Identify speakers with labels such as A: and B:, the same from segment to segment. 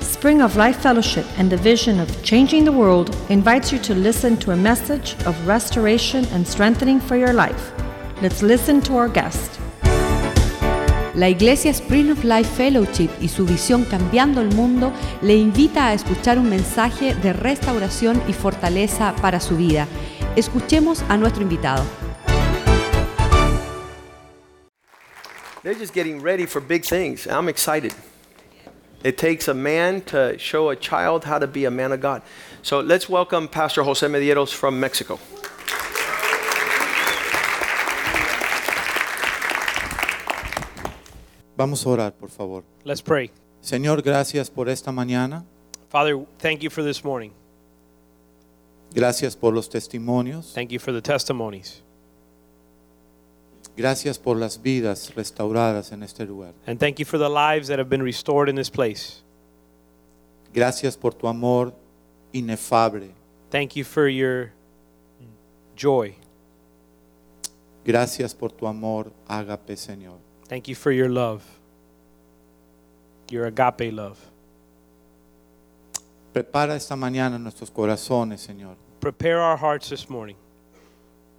A: Spring of Life Fellowship and the vision of changing the world invites you to listen to a message of restoration and strengthening for your life. Let's listen to our guest.
B: La Iglesia Spring of Life Fellowship y su visión Cambiando el Mundo le invita a escuchar un mensaje de restauración y fortaleza para su vida. Escuchemos a nuestro invitado.
C: They're just getting ready for big things. I'm excited. It takes a man to show a child how to be a man of God. So let's welcome Pastor Jose Medieros from Mexico.
D: Vamos a orar, por favor.
E: Let's pray.
D: Señor, gracias por esta mañana.
E: Father, thank you for this morning.
D: Gracias por los testimonios.
E: Thank you for the testimonies.
D: Gracias por las vidas restauradas en este lugar.
E: And thank you for the lives that have been restored in this place.
D: Gracias por tu amor inefable.
E: Thank you for your joy.
D: Gracias por tu amor ágape, Señor.
E: Thank you for your love, your agape love.
D: Prepara esta mañana nuestros corazones, Señor,
E: Prepare our hearts this morning,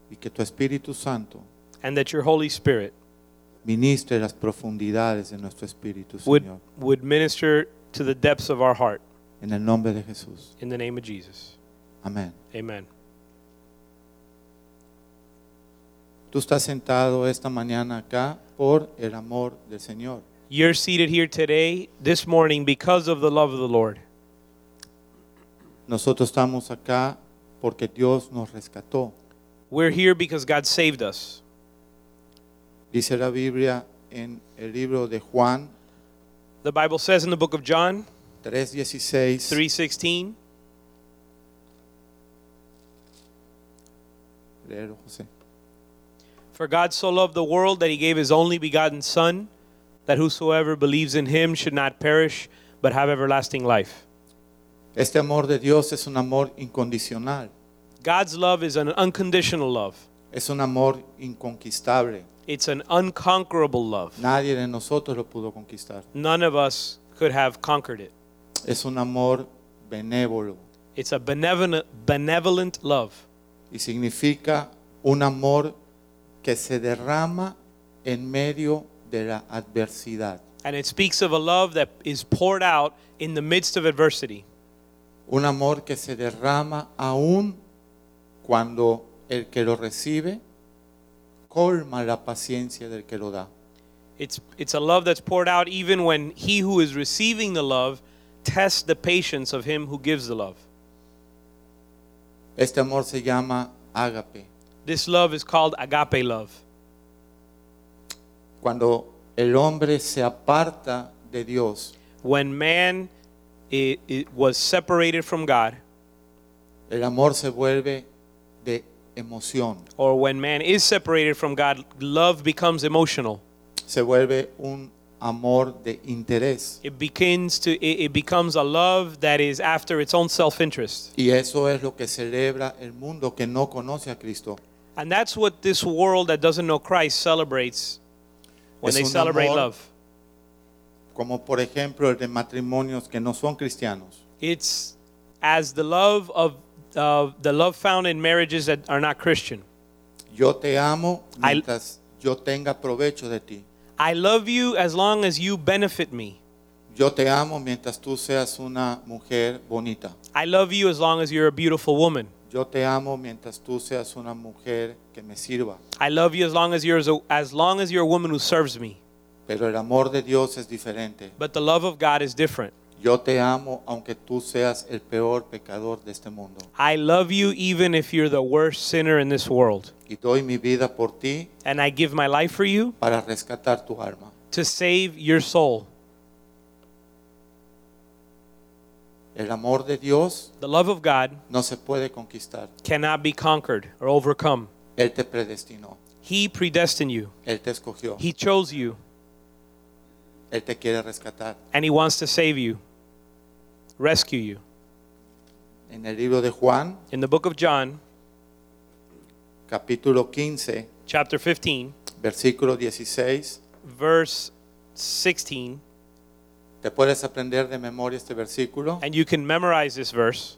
D: y que tu Espíritu Santo
E: and that your Holy Spirit
D: ministre las profundidades de nuestro espíritu,
E: would,
D: Señor,
E: would minister to the depths of our heart.
D: en el nombre de Jesús.
E: In the name of Jesus.
D: Amén.
E: Amen.
D: Tú estás sentado esta mañana acá por el amor del Señor.
E: You're seated here today, this morning, because of the love of the Lord.
D: Nosotros estamos acá porque Dios nos rescató.
E: We're here because God saved us.
D: Dice la Biblia en el libro de Juan
E: The Bible says in the book of John
D: 3:16,
E: 3:16,
D: leer, José.
E: For God so loved the world that he gave his only begotten Son, that whosoever believes in him should not perish, but have everlasting life.
D: Este amor de Dios es un amor incondicional,
E: God's love is an unconditional love,
D: es un amor inconquistable.
E: it's an unconquerable love.
D: Nadie de nosotros lo pudo conquistar.
E: None of us could have conquered it.
D: Es un amor benévolo
E: It's a benevolent, benevolent love.
D: y significa un amor que se derrama en medio de la adversidad.
E: And it speaks of a love that is poured out in the midst of adversity,
D: Un amor que se derrama aún cuando el que lo recibe colma la paciencia del que lo da.
E: it's, it's a love that's poured out even when he who is receiving the love tests the patience of him who gives the love.
D: Este amor se llama ágape.
E: This love is called agape love.
D: Cuando el hombre se aparta de Dios,
E: when man i i was separated from God,
D: el amor se vuelve de emoción,
E: or when man is separated from God, love becomes emotional.
D: se vuelve un amor de interés.
E: It begins to it, it becomes a love that is after its own self-interest,
D: Y eso es lo que celebra el mundo que no conoce a Cristo.
E: and that's what this world that doesn't know Christ celebrates when
D: Es
E: they
D: un
E: celebrate
D: amor.
E: love.
D: Como por ejemplo el de matrimonios que no son cristianos.
E: It's as the love of of the love found in marriages that are not Christian.
D: Yo te amo
E: I-
D: mientras yo tenga provecho de ti.
E: I love you as long as you benefit me.
D: Yo te amo mientras tú seas una mujer bonita.
E: I love you as long as you're a beautiful woman.
D: Yo te amo mientras tú seas una mujer que me sirva.
E: I love you as long as you're as, as long as you're a woman who serves me.
D: Pero el amor de Dios es diferente.
E: But the love of God is different.
D: Yo te amo aunque tú seas el peor pecador de este mundo.
E: I love you even if you're the worst sinner in this world.
D: Y doy mi vida por ti
E: And I give my life for you
D: para rescatar tu alma.
E: to save your soul.
D: El amor de Dios
E: The love of God
D: no se puede conquistar.
E: cannot be conquered or overcome.
D: Él te predestinó.
E: He predestined you.
D: Él te escogió.
E: He chose you
D: Él te quiere rescatar.
E: and he wants to save you. Rescue you.
D: En el libro de Juan,
E: In the book of John,
D: capítulo 15,
E: chapter 15,
D: versículo 16,
E: verse 16,
D: Te puedes aprender de memoria este versículo.
E: and you can memorize this verse.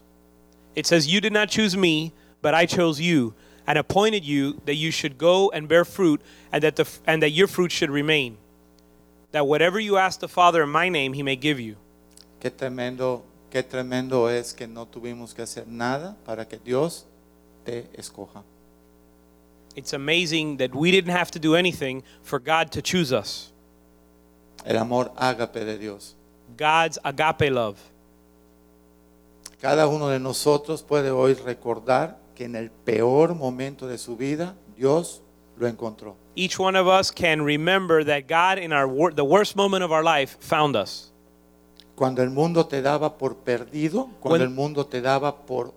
E: It says, You did not choose me, but I chose you and appointed you that you should go and bear fruit and that, the, and that your fruit should remain. That whatever you ask the Father in my name, he may give you.
D: Qué tremendo, qué tremendo es que no tuvimos que hacer nada para que Dios te escoja.
E: It's amazing that we didn't have to do anything for God to choose us.
D: El amor ágape de Dios.
E: God's agape love.
D: Cada uno de nosotros puede hoy recordar que en el peor momento de su vida Dios lo encontró.
E: Each one of us can remember that God, in our wor- the worst moment of our life, found us.
D: Cuando el mundo te daba por perdido, cuando
E: When-
D: el mundo te daba por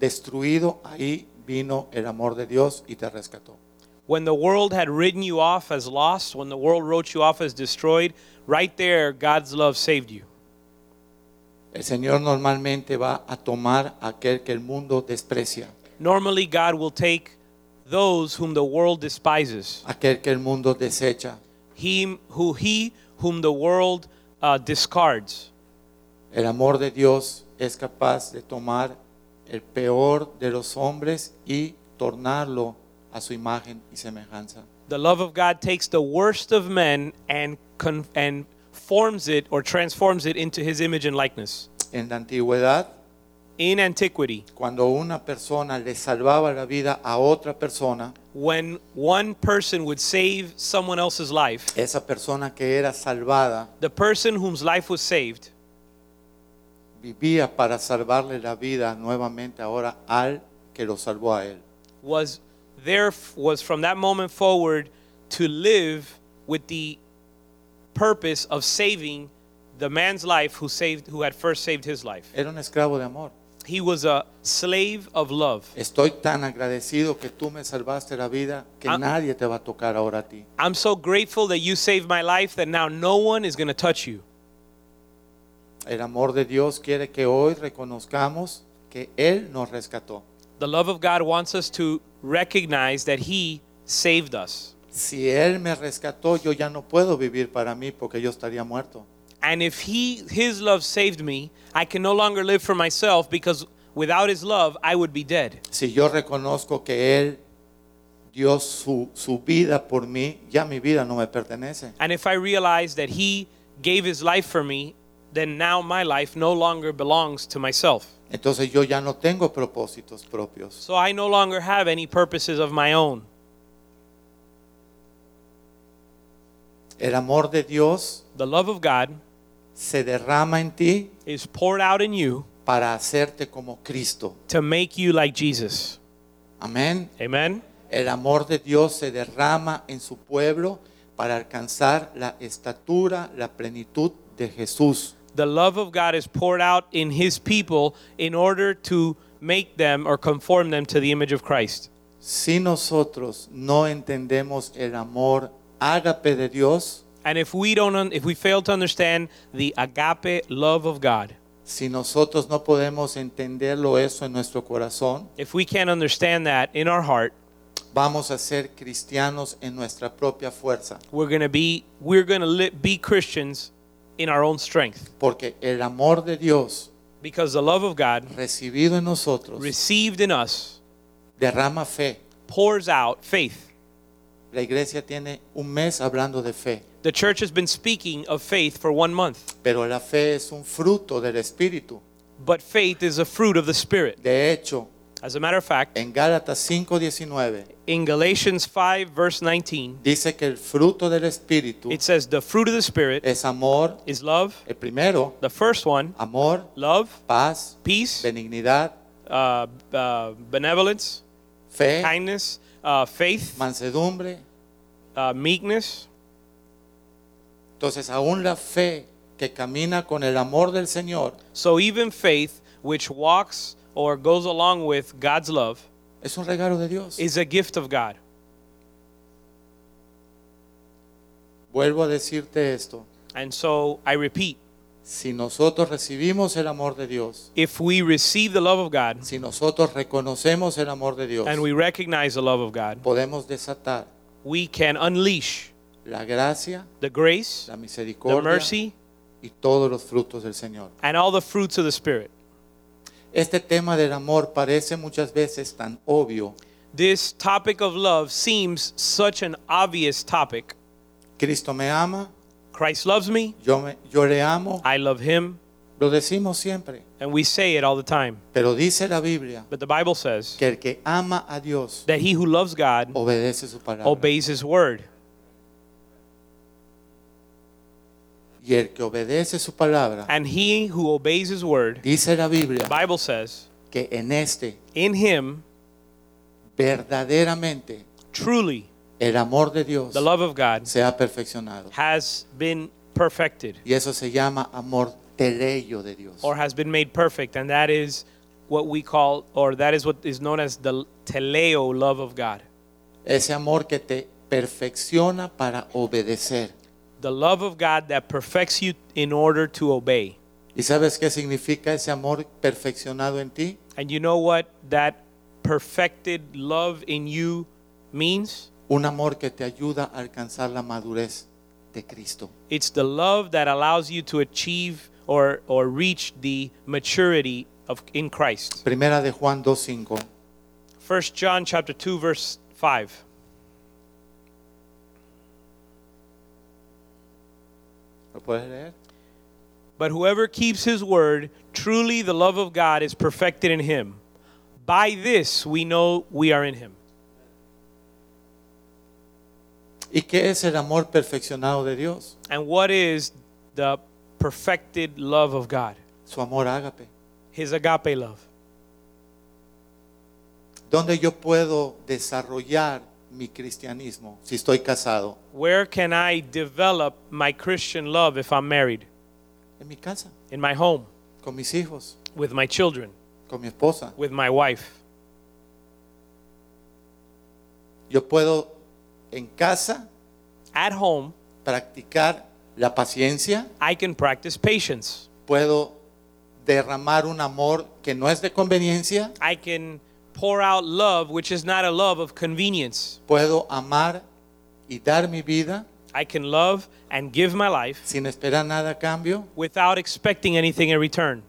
D: destruido, ahí vino el amor de Dios y te rescató.
E: When the world had ridden you off as lost, when the world wrote you off as destroyed, right there, God's love saved you.
D: El Señor normalmente va a tomar a aquel que el mundo desprecia,
E: Normally, God will take those whom the world despises,
D: aquel que el mundo desecha.
E: he who he whom the world uh, discards.
D: El amor de Dios es capaz de tomar el peor de los hombres y tornarlo a su imagen y semejanza.
E: The love of God takes the worst of men and con- and forms it or transforms it into His image and likeness.
D: En la antigüedad,
E: In antiquity,
D: cuando una persona le salvaba la vida a otra persona,
E: when one person would save someone else's life,
D: esa persona que era salvada
E: the person whose life was saved
D: vivía para salvarle la vida nuevamente ahora al que lo salvó a él.
E: was there was from that moment forward to live with the purpose of saving the man's life who saved who had first saved his life.
D: Era un esclavo de amor.
E: He was a slave of love.
D: Estoy tan agradecido que tú me salvaste la vida que
E: Ah.
D: nadie te va a tocar ahora a ti.
E: I'm so grateful that you saved my life that now no one is going to touch you.
D: El amor de Dios quiere que hoy reconozcamos que Él nos rescató.
E: The love of God wants us to recognize that he saved us.
D: Si Él me rescató, yo ya no puedo vivir para mí porque yo estaría muerto.
E: And if he his love saved me, I can no longer live for myself because without his love I would be dead.
D: Si yo reconozco que Él dio su, su vida por mí, ya mi vida no me pertenece.
E: And if I realize that he gave his life for me, then now my life no longer belongs to myself.
D: Entonces yo ya no tengo propósitos propios.
E: So I no longer have any purposes of my own.
D: El amor de Dios
E: The love of God
D: se derrama en ti
E: is poured out in you
D: para hacerte como Cristo.
E: to make you like Jesus.
D: Amén.
E: Amen.
D: El amor de Dios se derrama en su pueblo para alcanzar la estatura, la plenitud de Jesús.
E: The love of God is poured out in his people in order to make them or conform them to the image of Christ.
D: Si nosotros no entendemos el amor ágape de Dios,
E: And if we don't un- if we fail to understand the agape love of God,
D: si nosotros no podemos entenderlo eso en nuestro corazón,
E: if we can't understand that in our heart,
D: vamos a ser cristianos en nuestra propia fuerza,
E: we're going to be we're going to li- be Christians in our own strength
D: porque el amor de Dios
E: because the love of God
D: recibido en nosotros
E: received in us
D: derrama fe.
E: pours out faith.
D: La iglesia tiene un mes hablando de fe,
E: The church has been speaking of faith for 1 month,
D: pero la fe es un fruto del Espíritu.
E: but faith is a fruit of the spirit.
D: De hecho,
E: As a matter of fact,
D: en Gálatas 5:19
E: in Galatians 5 verse 19,
D: dice que el fruto del Espíritu
E: it says the fruit of the spirit
D: es amor,
E: is love,
D: el primero,
E: the first one,
D: amor,
E: love,
D: paz,
E: peace,
D: benignidad,
E: uh, uh, benevolence,
D: fe,
E: kindness, uh, faith,
D: mansedumbre.
E: uh, meekness.
D: Entonces, aún la fe que camina con el amor del Señor
E: So even faith, which walks or goes along with God's love,
D: es un regalo de Dios.
E: is a gift of God.
D: Vuelvo a decirte esto.
E: And so I repeat
D: Si nosotros recibimos el amor de Dios,
E: if we receive the love of God
D: si nosotros reconocemos el amor de Dios,
E: and we recognize the love of God,
D: podemos desatar
E: we can unleash
D: la gracia,
E: the grace,
D: la
E: the
D: misericordia,
E: mercy,
D: y todos los frutos del Señor.
E: and all the fruits of the Spirit.
D: Este tema del amor parece muchas veces tan obvio.
E: This topic of love seems such an obvious topic.
D: Cristo me ama,
E: Christ loves me,
D: yo, me- yo le amo,
E: I love him,
D: lo decimos siempre,
E: and we say it all the time.
D: pero dice la Biblia
E: But the Bible says
D: que el que ama a Dios
E: that he who loves God
D: obedece su palabra
E: obeys his word,
D: y el que obedece su palabra
E: and he who obeys his word,
D: dice la Biblia
E: the Bible says,
D: que en este
E: in him
D: verdaderamente
E: truly
D: el amor de Dios
E: the love of God
D: se ha perfeccionado
E: has been perfected
D: y eso se llama amor teleio de Dios
E: or has been made perfect, and that is what we call, or that is what is known as the teleo love of God.
D: ese amor que te perfecciona para obedecer
E: the love of God that perfects you in order to obey.
D: y sabes qué significa ese amor perfeccionado en ti
E: And you know what that perfected love in you means?
D: un amor que te ayuda a alcanzar la madurez de Cristo
E: It's the love that allows you to achieve or or reach the maturity of in Christ.
D: primera de Juan 2.5
E: First John chapter 2 verse 5.
D: ¿lo puedes leer?
E: But whoever keeps his word, truly the love of God is perfected in him. By this we know we are in him.
D: ¿y qué es el amor perfeccionado de Dios?
E: And what is the perfected love of God?
D: su amor ágape
E: His agape love.
D: ¿Dónde yo puedo desarrollar mi cristianismo si estoy casado?
E: Where can I develop my Christian love if I'm married?
D: En mi casa,
E: In my home,
D: con mis hijos,
E: with my children,
D: con mi esposa.
E: with my wife.
D: Yo puedo en casa
E: At home,
D: practicar la paciencia,
E: I can practice patience.
D: puedo derramar un amor que no es de conveniencia,
E: I can pour out love, which is not a love of convenience.
D: puedo amar y dar mi vida
E: I can love and give my life
D: sin esperar nada a cambio,
E: without expecting anything in return.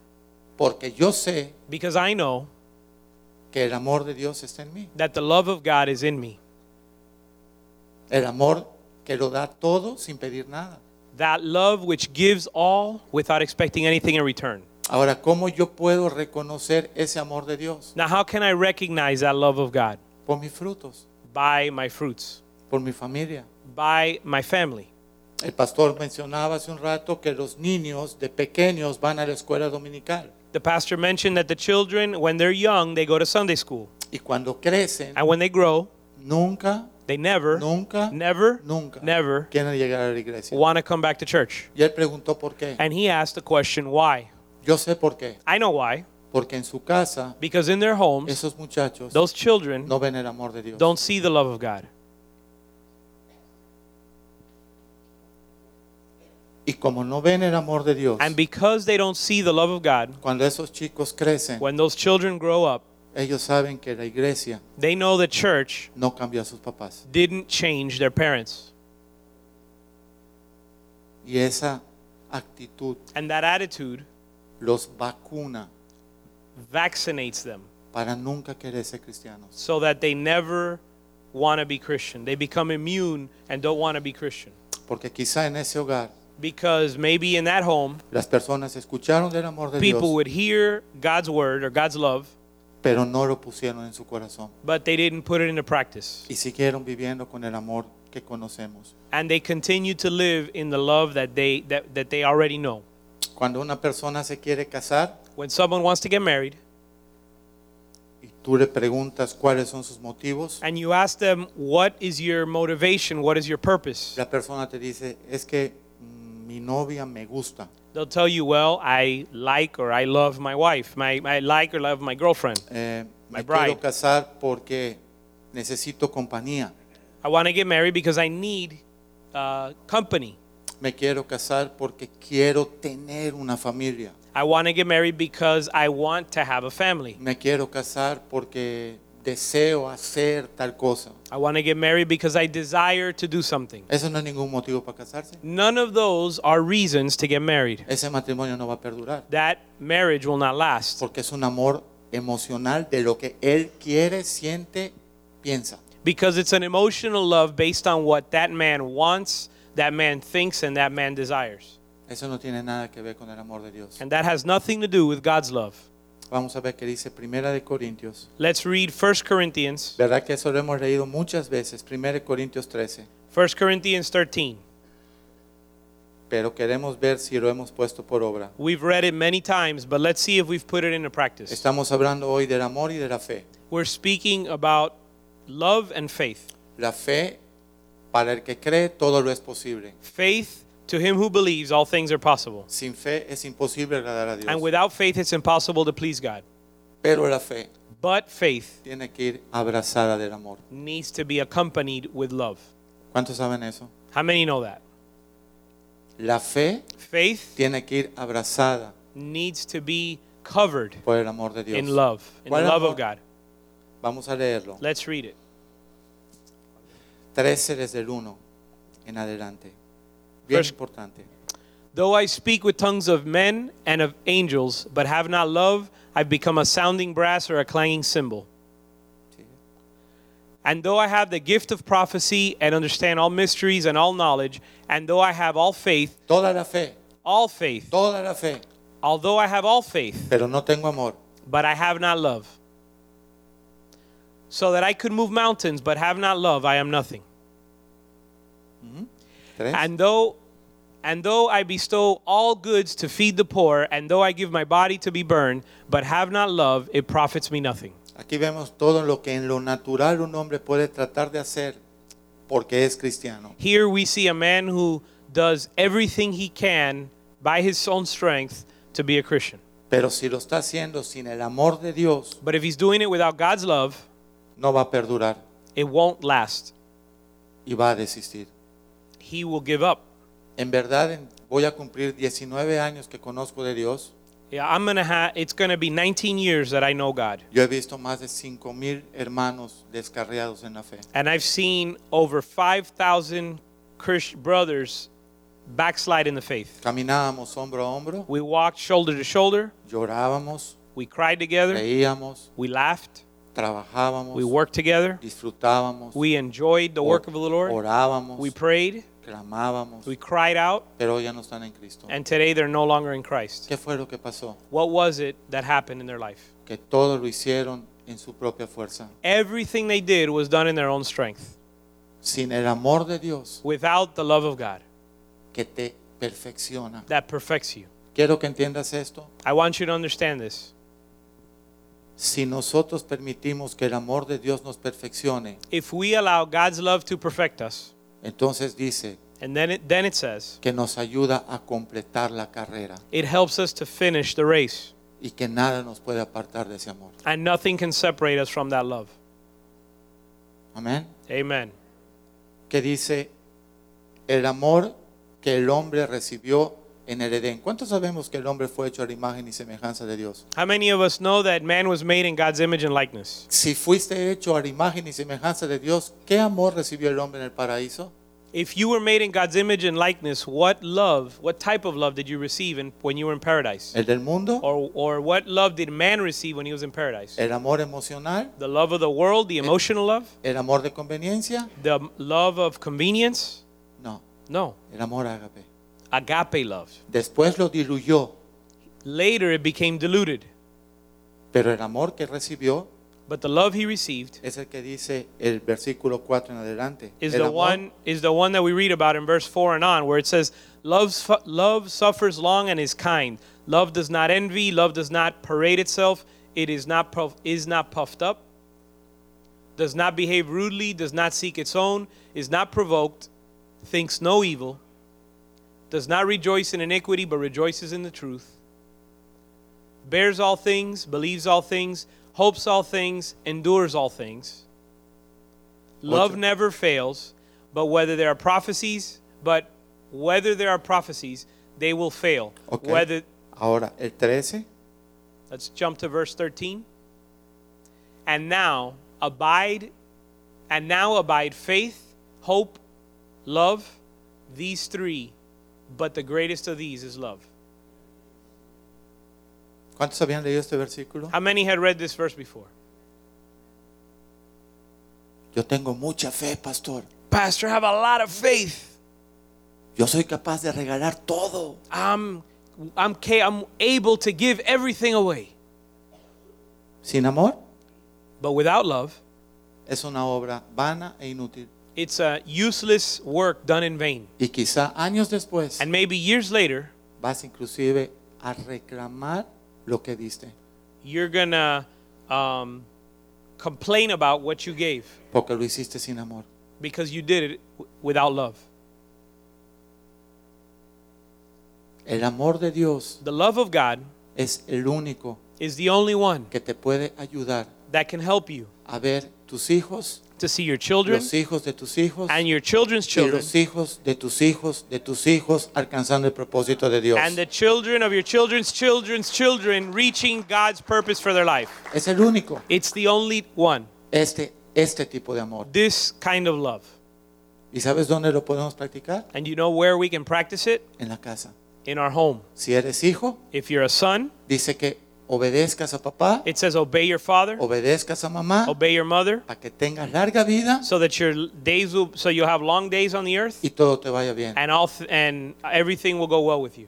D: porque yo sé
E: Because I know
D: que el amor de Dios está en mí,
E: that the love of God is in me.
D: el amor que lo da todo sin pedir nada.
E: That love which gives all without expecting anything in return.
D: Ahora, ¿cómo yo puedo reconocer ese amor de Dios?
E: Now, how can I recognize that love of God?
D: Por mis frutos,
E: By my fruits,
D: por mi familia.
E: by my family.
D: El pastor mencionaba hace un rato que los niños de pequeños van a la escuela dominical
E: The pastor mentioned that the children, when they're young, they go to Sunday school.
D: y cuando crecen,
E: And when they grow,
D: nunca,
E: they never,
D: nunca,
E: never,
D: nunca
E: never
D: quieren llegar a la iglesia.
E: want to come back to church.
D: Y él preguntó por qué.
E: And he asked the question, why?
D: Yo sé por qué.
E: I know why.
D: Porque en su casa,
E: Because in their homes,
D: esos muchachos
E: those children
D: no ven el amor de Dios.
E: don't see the love of God.
D: Y como no ven el amor de Dios,
E: And because they don't see the love of God,
D: cuando esos chicos crecen,
E: when those children grow up,
D: ellos saben que la iglesia
E: they know the church
D: no cambió a sus papás.
E: didn't change their parents.
D: Y esa actitud
E: And that attitude
D: los vacuna
E: vaccinates them
D: para nunca querer ser cristianos.
E: so that they never want to be Christian. They become immune and don't want to be Christian.
D: Porque quizá en ese hogar
E: because maybe in that home
D: las personas escucharon del amor de
E: people
D: Dios,
E: would hear God's word or God's love,
D: pero no lo pusieron en su corazón
E: but they didn't put it into practice.
D: y siguieron viviendo con el amor que conocemos.
E: And they continue to live in the love that they that, that they already know.
D: Cuando una persona se quiere casar
E: When someone wants to get married
D: y tú le preguntas cuáles son sus motivos,
E: and you ask them what is your motivation, what is your purpose?
D: la persona te dice, es que mm, mi novia me gusta.
E: They'll tell you, "Well, I like or I love my wife. My I like or love my girlfriend.
D: Eh,
E: My
D: me quiero
E: bride.
D: casar porque necesito compañía.
E: I want to get married because I need uh, company.
D: Me quiero casar porque quiero tener una familia.
E: I want to get married because I want to have a family."
D: Me quiero casar porque deseo hacer tal cosa.
E: I want to get married because I desire to do something.
D: Eso no es ningún motivo para casarse.
E: None of those are reasons to get married.
D: Ese matrimonio no va a perdurar.
E: That marriage will not last
D: Porque es un amor emocional de lo que él quiere, siente, piensa.
E: because it's an emotional love based on what that man wants, that man thinks, and that man desires.
D: Eso no tiene nada que ver con el amor de Dios.
E: And that has nothing to do with God's love.
D: Vamos a ver qué dice Primera de Corintios.
E: Let's read 1 Corinthians,
D: ¿Verdad que eso lo hemos leído muchas veces? Primera de Corintios 13.
E: 1 Corinthians 13.
D: Pero queremos ver si lo hemos puesto por obra.
E: We've read it many times, but let's see if we've put it into practice.
D: Estamos hablando hoy del amor y de la fe.
E: We're speaking about love and faith.
D: La fe, para el que cree, todo lo es posible.
E: Faith, to him who believes, all things are possible.
D: Sin fe es imposible agradar a
E: And
D: Dios.
E: without faith, it's impossible to please God.
D: Pero la fe
E: But faith
D: tiene que ir abrazada del amor.
E: needs to be accompanied with love.
D: ¿Cuántos saben eso?
E: How many know that?
D: La fe
E: Faith
D: tiene que ir abrazada
E: needs to be covered
D: por el amor de Dios.
E: in love, in the
D: ¿Cuál
E: love
D: amor?
E: of God.
D: Vamos a leerlo.
E: Let's read it.
D: 13 desde el 1 en adelante. Bien
E: Verse-
D: importante.
E: Though I speak with tongues of men and of angels, but have not love, I've become a sounding brass or a clanging cymbal. And though I have the gift of prophecy and understand all mysteries and all knowledge, and though I have all faith,
D: Toda la fe,
E: all faith,
D: toda la fe,
E: although I have all faith,
D: pero no tengo amor.
E: but I have not love. So that I could move mountains, but have not love, I am nothing.
D: Tres.
E: And though and though I bestow all goods to feed the poor, and though I give my body to be burned, but have not love, it profits me nothing.
D: Aquí vemos todo lo que en lo natural un hombre puede tratar de hacer porque es cristiano.
E: Here we see a man who does everything he can by his own strength to be a Christian.
D: Pero si lo está haciendo sin el amor de Dios,
E: But if he's doing it without God's love,
D: no va a perdurar
E: it won't last.
D: y va a desistir.
E: He will give up.
D: En verdad, en- voy a cumplir 19 años que conozco de Dios.
E: Yeah, I'm gonna have it's gonna be 19 years that I know God.
D: Yo he visto más de 5.000 hermanos descarriados en la fe.
E: And I've seen over 5,000 Christian brothers backslide in the faith.
D: Caminábamos hombro a hombro,
E: We walked shoulder to shoulder.
D: llorábamos,
E: We cried together.
D: reíamos,
E: We laughed.
D: trabajábamos,
E: We worked together.
D: disfrutábamos,
E: We enjoyed the
D: or-
E: work of the Lord.
D: orábamos,
E: We prayed.
D: clamábamos,
E: We cried out.
D: pero ya no están en Cristo.
E: And today they're no longer in Christ.
D: ¿Qué fue lo que pasó?
E: What was it that happened in their life?
D: Que todo lo hicieron en su propia fuerza.
E: Everything they did was done in their own strength
D: Sin el amor de Dios
E: without the love of God
D: que te perfecciona.
E: that perfects you.
D: Quiero que entiendas esto.
E: I want you to understand this.
D: Si nosotros permitimos que el amor de Dios nos perfeccione,
E: If we allow God's love to perfect us,
D: entonces dice
E: and then it, then it says,
D: que nos ayuda a completar la carrera
E: it helps us to finish the race,
D: y que nada nos puede apartar de ese amor.
E: and nothing can separate us from that love.
D: Amén.
E: Amen.
D: que dice el amor que el hombre recibió en el Edén. ¿Cuántos sabemos que el hombre fue hecho a la imagen y semejanza de Dios?
E: How many of us know that man was made in God's image and likeness?
D: Si fuiste hecho a la imagen y semejanza de Dios, ¿qué amor recibió el hombre en el paraíso?
E: If you were made in God's image and likeness, what love, what type of love did you receive in, when you were in paradise?
D: ¿El del mundo?
E: Or, or what love did man receive when he was in paradise?
D: ¿El amor emocional?
E: The love of the world, the emotional love,
D: ¿El amor de conveniencia?
E: the m- love of convenience?
D: No,
E: No,
D: el amor ágape.
E: agape love.
D: Después lo diluyó,
E: Later it became diluted,
D: pero el amor que recibió
E: but the love he received
D: es el que dice el versículo 4 en adelante.
E: is
D: El
E: the
D: amor-
E: one is the one that we read about in verse 4 and on where it says love su- love suffers long and is kind love does not envy love does not parade itself it is not puff, is not puffed up does not behave rudely does not seek its own is not provoked thinks no evil does not rejoice in iniquity but rejoices in the truth bears all things believes all things hopes all things endures all things Love
D: Ocho.
E: never fails, but whether there are prophecies, but whether there are prophecies, they will fail.
D: Ok.
E: Whether
D: Ahora, el 13.
E: let's jump to verse 13. And now abide, and now abide faith, hope, love, these three, but the greatest of these is love.
D: ¿Cuántos habían leído este versículo?
E: How many had read this verse before?
D: Yo tengo mucha fe, pastor.
E: Pastor, I have a lot of faith.
D: Yo soy capaz de regalar todo.
E: I'm, I'm, ca- I'm able to give everything away.
D: Sin amor
E: But without love,
D: es una obra vana e inútil.
E: it's a useless work done in vain.
D: Y quizá años después
E: And maybe years later,
D: vas inclusive a reclamar lo que diste,
E: you're going to um, complain about what you gave
D: porque lo hiciste sin amor.
E: because you did it w- without love.
D: El amor de Dios
E: The love of God
D: es el único
E: is the only one
D: que te puede ayudar
E: that can help you
D: a ver tus hijos,
E: to see your children
D: los hijos de tus hijos
E: and your children's
D: y
E: children
D: los hijos de tus hijos, de tus hijos, alcanzando el propósito de Dios.
E: and the children of your children's children's children reaching God's purpose for their life.
D: Es el único,
E: It's the only one.
D: este, este tipo de amor.
E: This kind of love.
D: ¿Y sabes dónde lo podemos practicar?
E: And you know where we can practice it?
D: En la casa.
E: In our home.
D: Si eres hijo,
E: If you're a son,
D: dice que obedezcas a papá,
E: it says obey your father,
D: obedezcas a mamá,
E: obey your mother,
D: para que tengas larga vida
E: so that your days will so you'll have long days on the earth
D: y todo te vaya bien.
E: and all th- and everything will go well with you.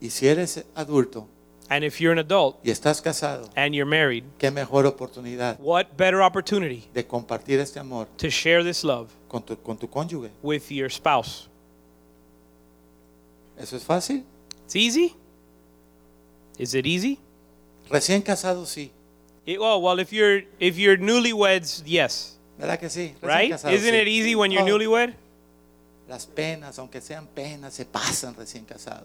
D: Y si eres adulto
E: And if you're an adult
D: y estás casado,
E: and you're married,
D: qué mejor oportunidad
E: what better opportunity
D: de compartir este amor
E: to share this love
D: con tu, con tu cónyuge.
E: with your spouse?
D: ¿Eso es fácil?
E: It's easy? Is it easy?
D: Recién casado, sí.
E: It, oh, well, if you're if you're newlyweds, yes,
D: ¿Verdad que sí? Recién
E: right?
D: casado,
E: Isn't
D: sí.
E: it easy when you're
D: Oh,
E: newlywed?
D: Las penas, aunque sean penas, se pasan recién casado.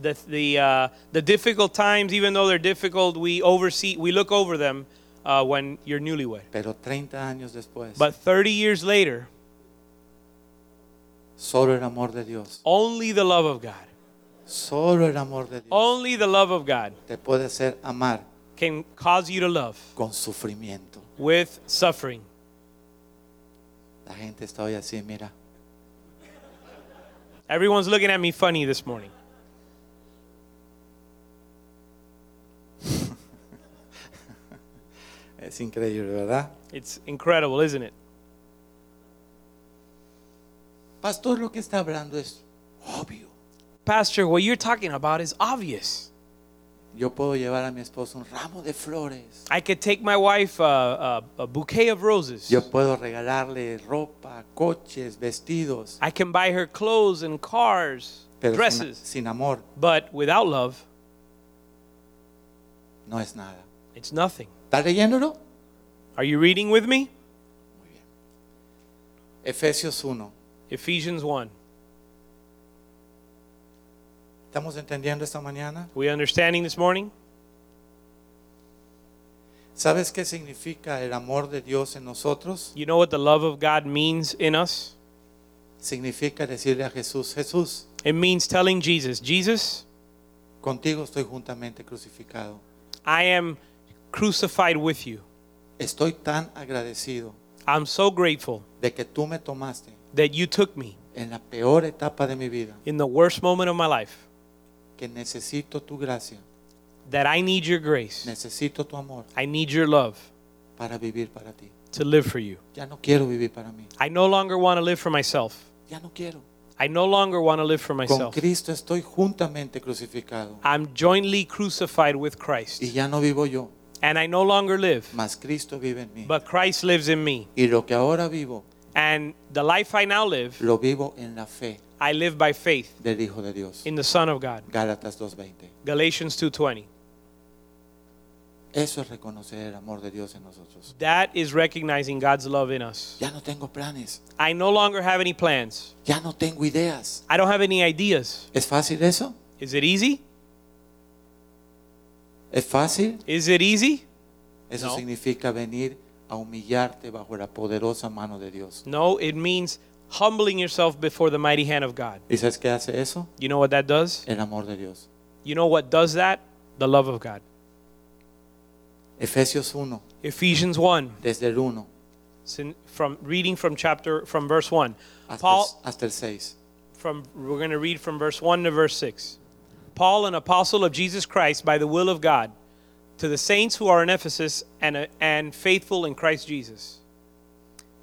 E: the the uh, the difficult times, even though they're difficult, we oversee we look over them uh, when you're newlywed.
D: Pero 30 años después,
E: But 30 years later,
D: solo el amor de Dios,
E: only the love of God,
D: solo el amor de Dios
E: only the love of God
D: te puede hacer amar
E: can cause you to love
D: con sufrimiento.
E: with suffering.
D: La gente está hoy así, mira.
E: Everyone's looking at me funny this morning.
D: Es increíble, ¿verdad?
E: It's incredible, isn't it?
D: Pastor, lo que está hablando es obvio.
E: Pastor, what you're talking about is obvious.
D: Yo puedo llevar a mi esposo un ramo de flores.
E: I could take my wife uh, uh, a bouquet of roses.
D: Yo puedo regalarle ropa, coches, vestidos,
E: I can buy her clothes and cars,
D: pero sin,
E: dresses.
D: sin amor
E: But without love,
D: no es nada.
E: it's nothing.
D: ¿Está leyéndolo?
E: Are you reading with me?
D: Efesios 1.
E: Ephesians 1.
D: ¿Estamos entendiendo esta mañana?
E: We understanding this morning?
D: ¿Sabes qué significa el amor de Dios en nosotros?
E: You know what the love of God means in us?
D: Significa decirle a Jesús, Jesús,
E: It means telling Jesus, Jesus,
D: contigo estoy juntamente crucificado.
E: I am crucified with you.
D: Estoy tan agradecido
E: I'm so grateful
D: de que tú me tomaste
E: that you took me
D: en la peor etapa de mi vida,
E: in the worst moment of my life,
D: que necesito tu gracia,
E: that I need your grace.
D: necesito tu amor
E: I need your love
D: para vivir para ti.
E: to live for you.
D: Ya no quiero vivir para mí,
E: I no longer want to live for myself.
D: ya no quiero.
E: I no longer want to live for
D: Con
E: myself.
D: Cristo estoy juntamente crucificado
E: I'm jointly crucified with Christ.
D: y ya no vivo yo,
E: And I no longer live,
D: mas Cristo vive en mí.
E: but Christ lives in me.
D: Y lo que ahora vivo,
E: And the life I now live,
D: lo vivo en la fe
E: I live by faith
D: del Hijo de Dios.
E: in the Son of God.
D: Gálatas 2:20.
E: Galatians 2:20.
D: Eso es reconocer el amor de Dios en nosotros.
E: That is recognizing God's love in us.
D: Ya no tengo planes,
E: I no longer have any plans.
D: ya no tengo ideas.
E: I don't have any ideas.
D: ¿Es fácil eso?
E: Is it easy?
D: ¿Es fácil?
E: Is it easy?
D: Eso
E: No.
D: significa venir a humillarte bajo la poderosa mano de Dios.
E: No, it means humbling yourself before the mighty hand of God.
D: ¿Y sabes qué hace eso?
E: You know what that does?
D: El amor de Dios.
E: You know what does that? The love of God.
D: Efesios 1,
E: Ephesians 1,
D: desde el 1.
E: sin, from reading from chapter from verse 1.
D: hasta el,
E: Paul
D: hasta el 6.
E: from we're going to read from verse 1 to verse 6 paul an apostle of jesus christ by the will of god to the saints who are in ephesus and, uh, and faithful in christ jesus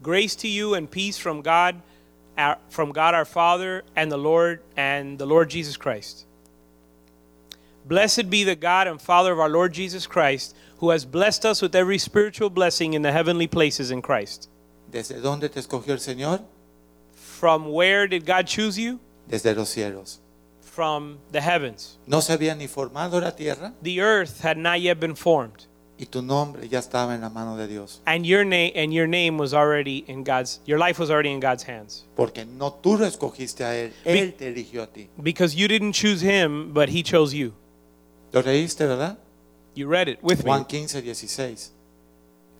E: grace to you and peace from god our, from god our father and the lord and the lord jesus christ blessed be the god and father of our lord jesus christ who has blessed us with every spiritual blessing in the heavenly places in christ
D: ¿Desde dónde te escogió el Señor?
E: from where did god choose you
D: Desde los cielos.
E: from the heavens
D: No se había ni formado la tierra
E: the earth had not yet been formed
D: y tu nombre ya estaba en la mano de Dios.
E: and your name and your name was already in God's your life was already in God's hands
D: Porque no tú lo escogiste a Él, Él te eligió a ti.
E: because you didn't choose him but he chose you
D: ¿Lo leíste, verdad?
E: you read it with me
D: Juan 15, 16.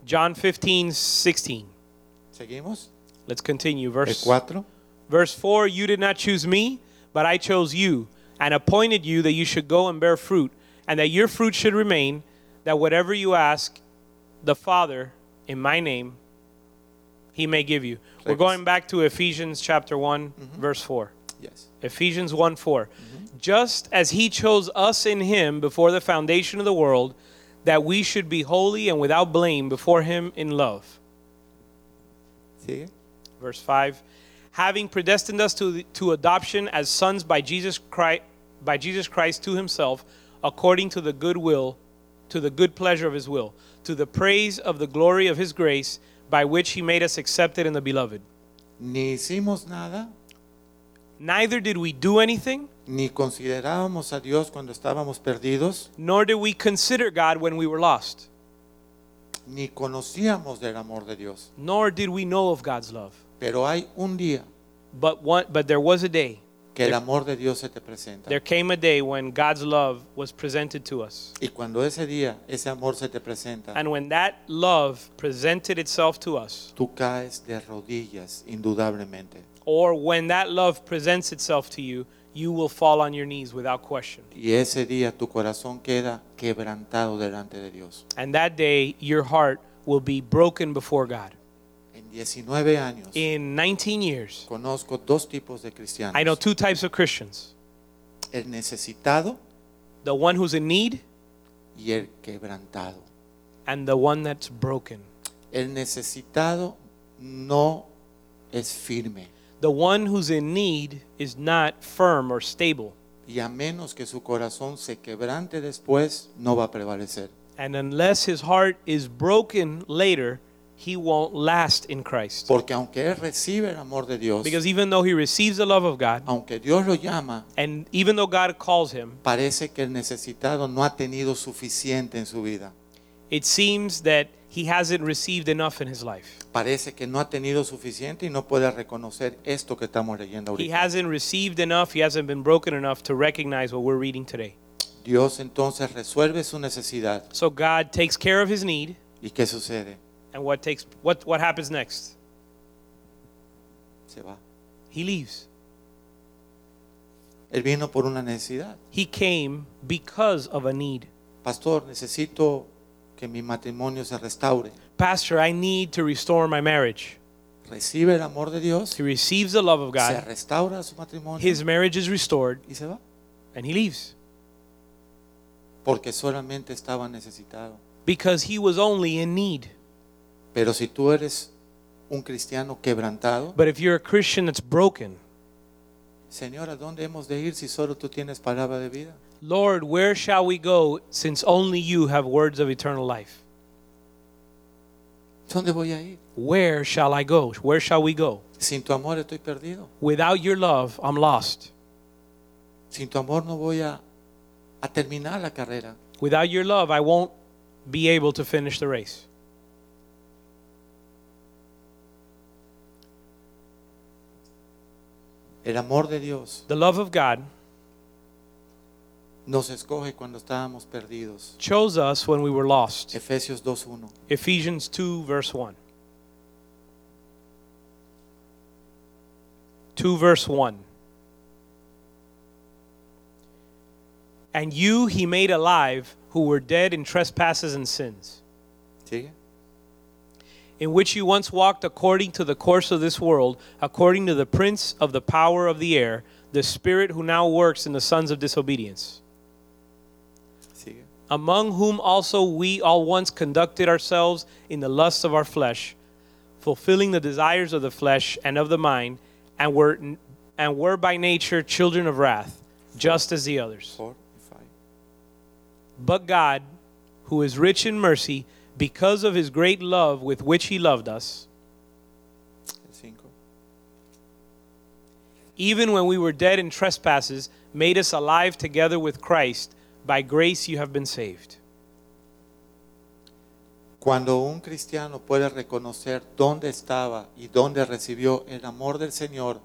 E: John 15 16
D: ¿Seguimos?
E: let's continue
D: El
E: verse
D: 4.
E: verse 4 you did not choose me but I chose you and appointed you that you should go and bear fruit and that your fruit should remain that whatever you ask the father in my name he may give you we're
D: Thanks.
E: going back to Ephesians chapter one verse 4
D: Yes.
E: Ephesians 1 4. Just as he chose us in him before the foundation of the world, that we should be holy and without blame before him in love.
D: ¿Sigue?
E: Verse 5. Having predestined us to, to adoption as sons by Jesus, Christ, by Jesus Christ to himself, according to the good will, to the good pleasure of his will, to the praise of the glory of his grace, by which he made us accepted in the beloved.
D: Ni hicimos nada,
E: Neither did we do anything,
D: ni considerábamos a Dios cuando estábamos perdidos,
E: nor did we consider God when we were lost.
D: ni conocíamos del amor de Dios.
E: nor did we know of God's love.
D: Pero hay un día
E: But one, but there was a day.
D: que el amor de Dios se te presenta.
E: There came a day when God's love was presented to us.
D: Y cuando ese día ese amor se te presenta,
E: And when that love presented itself to us,
D: tú caes de rodillas, indudablemente.
E: or when that love presents itself to you, you will fall on your knees without question.
D: Y ese día tu corazón queda quebrantado delante de Dios.
E: And that day your heart will be broken before God.
D: En 19 años
E: In 19 years,
D: conozco dos tipos de cristianos.
E: I know two types of Christians.
D: El necesitado
E: The one who's in need
D: y el quebrantado.
E: and the one that's broken.
D: El necesitado no es firme.
E: The one who's in need is not firm or stable.
D: Y a menos que su corazón se quebrante después, no va a prevalecer.
E: And unless his heart is broken later, he won't last in Christ.
D: Porque aunque él recibe el amor de Dios,
E: Because even though he receives the love of God,
D: aunque Dios lo llama,
E: and even though God calls him,
D: parece que el necesitado no ha tenido suficiente en su vida.
E: it seems that he hasn't received enough in his life.
D: Parece que no ha tenido suficiente y no puede reconocer esto que estamos leyendo
E: He
D: ahorita.
E: hasn't received enough, he hasn't been broken enough to recognize what we're reading today.
D: Dios entonces resuelve su necesidad.
E: So God takes care of his need,
D: ¿Y qué sucede?
E: and what takes what what happens next?
D: Se va.
E: He leaves.
D: Él vino por una necesidad.
E: He came because of a need.
D: Pastor, necesito que mi matrimonio se restaure.
E: Pastor, I need to restore my marriage.
D: Recibe el amor de Dios,
E: He receives the love of
D: se
E: God.
D: restaura su matrimonio
E: His marriage is restored.
D: y se va.
E: and he leaves
D: Porque solamente estaba necesitado.
E: because he was only in need.
D: Pero si tú eres un cristiano quebrantado,
E: But if you're a Christian that's broken,
D: Señor, ¿a dónde hemos de ir si solo tú tienes palabra de vida?
E: Lord, where shall we go since only you have words of eternal life?
D: ¿Dónde voy a ir?
E: Where shall I go? Where shall we go?
D: Sin tu amor estoy perdido.
E: Without your love, I'm lost.
D: Sin tu amor no voy a, a terminar la carrera.
E: Without your love, I won't be able to finish the race.
D: El amor de Dios
E: The love of God
D: nos escoge cuando estábamos perdidos.
E: chose us when we were lost.
D: Efesios 2.1.
E: Ephesians 2, verse 1. 2, verse 1. And you he made alive who were dead in trespasses and sins,
D: ¿Sigue?
E: in which you once walked according to the course of this world, according to the prince of the power of the air, the spirit who now works in the sons of disobedience,
D: Sigue.
E: among whom also we all once conducted ourselves in the lusts of our flesh, fulfilling the desires of the flesh and of the mind, and were and were by nature children of wrath, just as the others.
D: Four y five.
E: But God, who is rich in mercy, because of his great love with which he loved us,
D: El cinco.
E: even when we were dead in trespasses, made us alive together with Christ. By grace you have been saved.
D: Cuando un cristiano puede reconocer dónde estaba y dónde recibió el amor del Señor,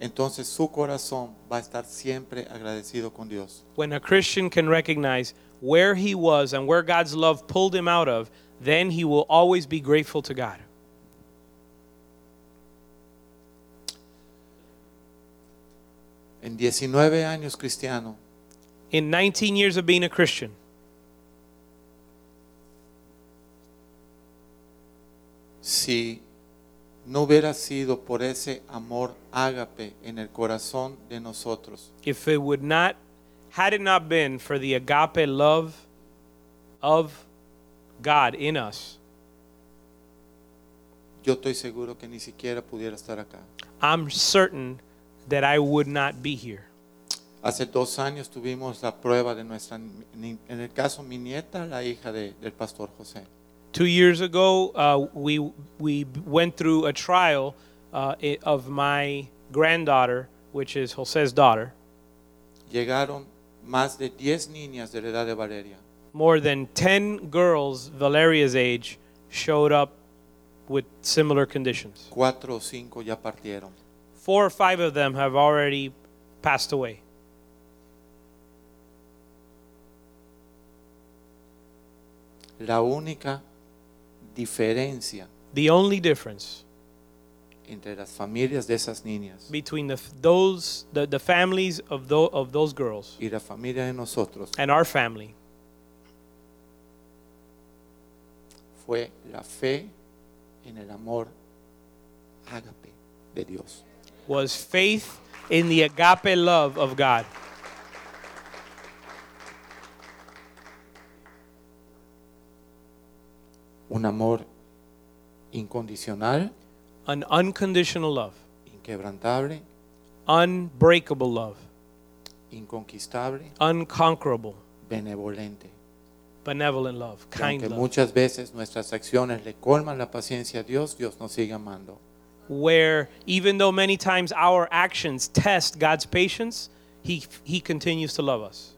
D: entonces su corazón va a estar siempre agradecido con Dios.
E: When a Christian can recognize where he was and where God's love pulled him out of, then he will always be grateful to God.
D: En 19 años cristiano,
E: In 19 years of being a Christian,
D: si no hubiera sido por ese amor ágape en el corazón de nosotros,
E: if it would not, had it not been for the agape love of God in us,
D: yo estoy seguro que ni siquiera pudiera estar acá.
E: I'm certain that I would not be here.
D: Hace dos años tuvimos la prueba de nuestra, ni- en el caso mi nieta, la hija de- del pastor José.
E: Two years ago, uh, we we went through a trial uh, i- of my granddaughter, which is Jose's daughter.
D: Llegaron más de 10 niñas de la edad de Valeria.
E: More than ten girls Valeria's age showed up with similar conditions.
D: Cuatro o cinco ya partieron.
E: Four or five of them have already passed away.
D: La única diferencia
E: The only difference
D: entre las familias de esas niñas
E: between the f- those the, the families of tho- of those girls
D: y la familia de nosotros
E: and our family
D: fue la fe en el amor ágape de Dios.
E: was faith in the agape love of God.
D: Un amor incondicional,
E: an unconditional love,
D: inquebrantable,
E: unbreakable love,
D: inconquistable,
E: unconquerable,
D: benevolente.
E: benevolent love,
D: Que aunque
E: kind love,
D: muchas veces nuestras acciones le colman la paciencia a Dios, Dios nos sigue amando.
E: where even though many times our actions test God's patience, he, he continues to love us.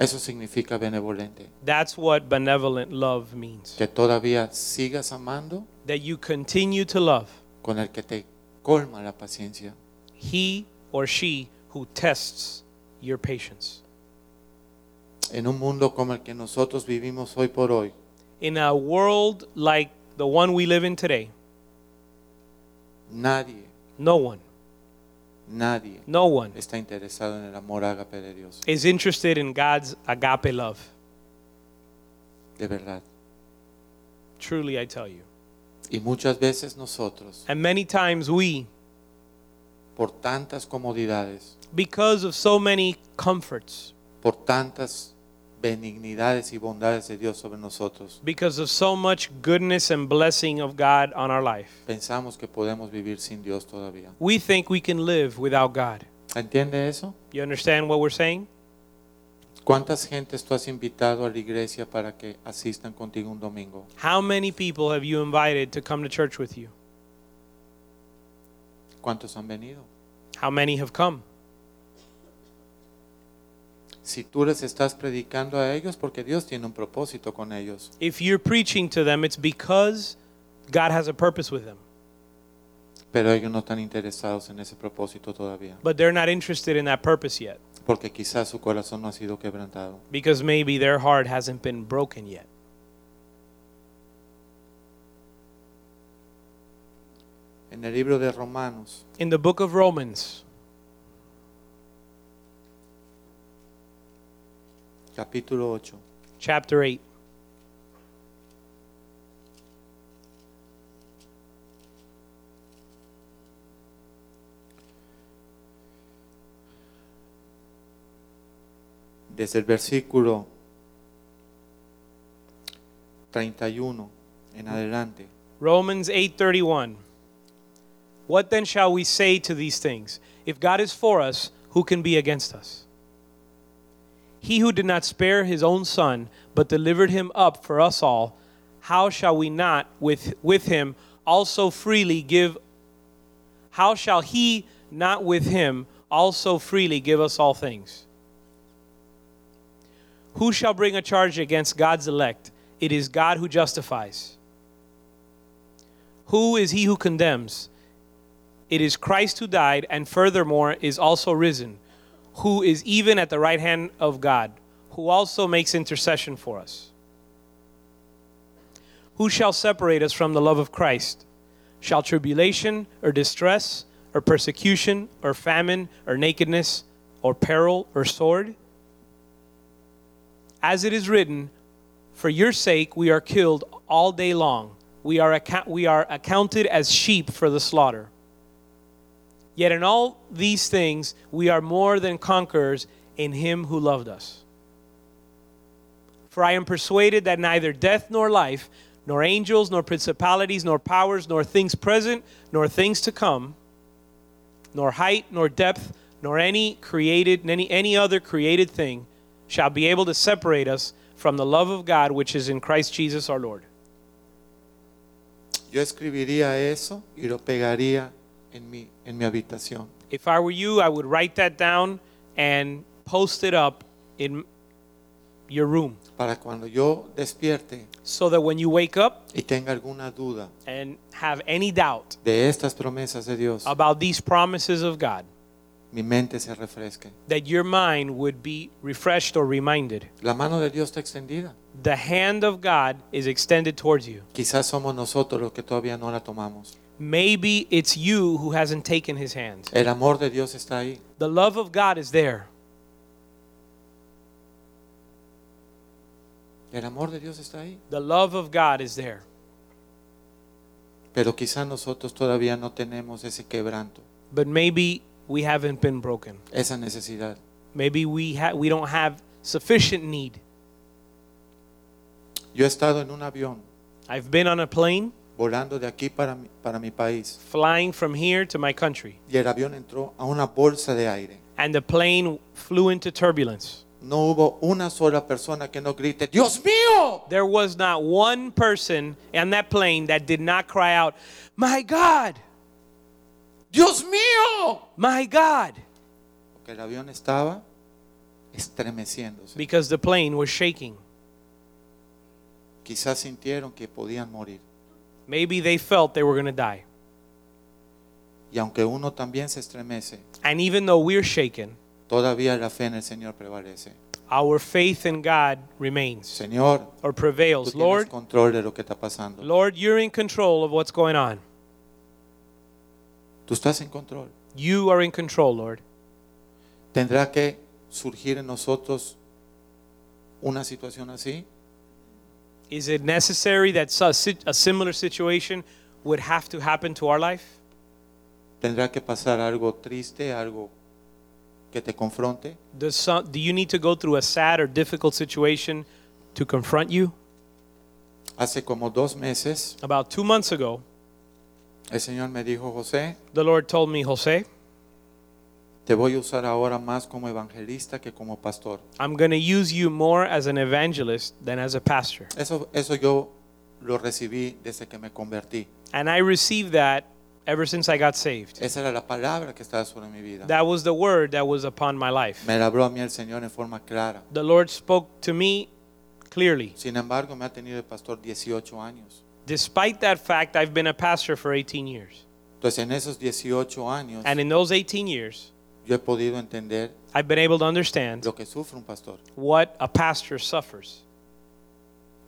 D: Eso significa benevolente.
E: That's what benevolent love means.
D: Que todavía sigas amando
E: That you continue to love
D: con el que te colma la paciencia.
E: he or she who tests your patience.
D: En un mundo como el que nosotros vivimos hoy por hoy,
E: In a world like the one we live in today,
D: nadie,
E: no one,
D: nadie
E: no one
D: está interesado en el amor ágape de Dios.
E: is interested in God's agape love.
D: De verdad.
E: Truly, I tell you.
D: Y muchas veces nosotros,
E: And many times we,
D: por tantas comodidades,
E: because of so many comforts,
D: por tantas benignidades y bondades de Dios sobre nosotros,
E: because of so much goodness and blessing of God on our life,
D: pensamos que podemos vivir sin Dios todavía.
E: we think we can live without God.
D: ¿Entiende eso?
E: You understand what we're saying?
D: ¿Cuántas gentes tú has invitado a la iglesia para que asistan contigo un domingo?
E: How many people have you invited to come to church with you?
D: ¿Cuántos han venido?
E: How many have come?
D: Si tú les estás predicando a ellos, porque Dios tiene un propósito con ellos.
E: If you're preaching to them, it's because God has a purpose with them,
D: Pero ellos no están interesados en ese propósito todavía,
E: but they're not interested in that purpose yet,
D: porque quizás su corazón no ha sido quebrantado.
E: because maybe their heart hasn't been broken yet.
D: En el libro de Romanos,
E: In the book of Romans,
D: capítulo 8,
E: chapter 8,
D: desde el versículo 31 en adelante.
E: Romans 8:31. What then shall we say to these things? If God is for us, who can be against us? He who did not spare his own son, but delivered him up for us all, how shall we not with with him also freely give How shall he not with him also freely give us all things? Who shall bring a charge against God's elect? It is God who justifies. Who is he who condemns? It is Christ who died and furthermore is also risen, who is even at the right hand of God, who also makes intercession for us. Who shall separate us from the love of Christ? Shall tribulation or distress or persecution or famine or nakedness or peril or sword? As it is written, for your sake we are killed all day long. We are, account- we are accounted as sheep for the slaughter. Yet in all these things we are more than conquerors in him who loved us. For I am persuaded that neither death nor life, nor angels, nor principalities, nor powers, nor things present, nor things to come, nor height, nor depth, nor any created, any, any other created thing shall be able to separate us from the love of God which is in Christ Jesus our Lord.
D: Yo escribiría eso y lo pegaría en mi, en mi habitación.
E: If I were you, I would write that down and post it up in your room
D: Para cuando yo despierte
E: so that when you wake up
D: y tenga alguna duda
E: and have any doubt
D: de estas promesas de Dios,
E: about these promises of God,
D: mi mente se refresque.
E: that your mind would be refreshed or reminded.
D: La mano de Dios está extendida.
E: The hand of God is extended towards you.
D: Quizás somos nosotros los que todavía no la tomamos.
E: Maybe it's you who hasn't taken his hand.
D: El amor de Dios está ahí.
E: The love of God is there.
D: El amor de Dios está ahí.
E: The love of God is there.
D: Pero quizás nosotros todavía no tenemos ese quebranto,
E: But maybe we haven't been broken.
D: esa necesidad.
E: Maybe we ha- we don't have sufficient need.
D: Yo he estado en un avión
E: I've been on a plane
D: volando de aquí para mi, para mi país
E: flying from here to my country
D: y el avión entró a una bolsa de aire.
E: and the plane flew into turbulence.
D: No hubo una sola persona que no grite, Dios mío.
E: There was not one person on that plane that did not cry out, "My God!
D: Dios mío.
E: My God!"
D: Porque el avión estaba estremeciéndose.
E: because the plane was shaking.
D: Quizás sintieron que podían morir.
E: Maybe they felt they were going to die.
D: Y aunque uno también se estremece,
E: And even though we're shaken,
D: todavía la fe en el Señor prevalece.
E: our faith in God remains
D: Señor,
E: or
D: tú
E: prevails.
D: tienes
E: Lord,
D: control de lo que está pasando.
E: Lord, you're in control of what's going on.
D: Tú estás en control.
E: You are in control, Lord.
D: ¿Tendrá que surgir en nosotros una situación así?
E: Is it necessary that su- si- a similar situation would have to happen to our life?
D: ¿Tendrá que pasar algo triste, algo que te confronte?
E: Does some, do you need to go through a sad or difficult situation to confront you?
D: Hace como dos meses
E: About two months ago,
D: el Señor me dijo, José,
E: the Lord told me, Jose,
D: te voy a usar ahora más como evangelista que como pastor.
E: I'm going to use you more as an evangelist than as a pastor.
D: Eso, eso yo lo recibí desde que me convertí.
E: And I received that ever since I got saved.
D: Esa era la palabra que estaba sobre mi vida.
E: That was the word that was upon my life.
D: Me la habló a mí el Señor en forma clara.
E: The Lord spoke to me clearly.
D: Sin embargo, me ha tenido el pastor 18 años.
E: Despite that fact, I've been a pastor for 18 years.
D: Entonces, en esos 18 años,
E: And in those 18 years,
D: yo he podido entender
E: I've been able to understand
D: lo que sufre un pastor,
E: what a pastor suffers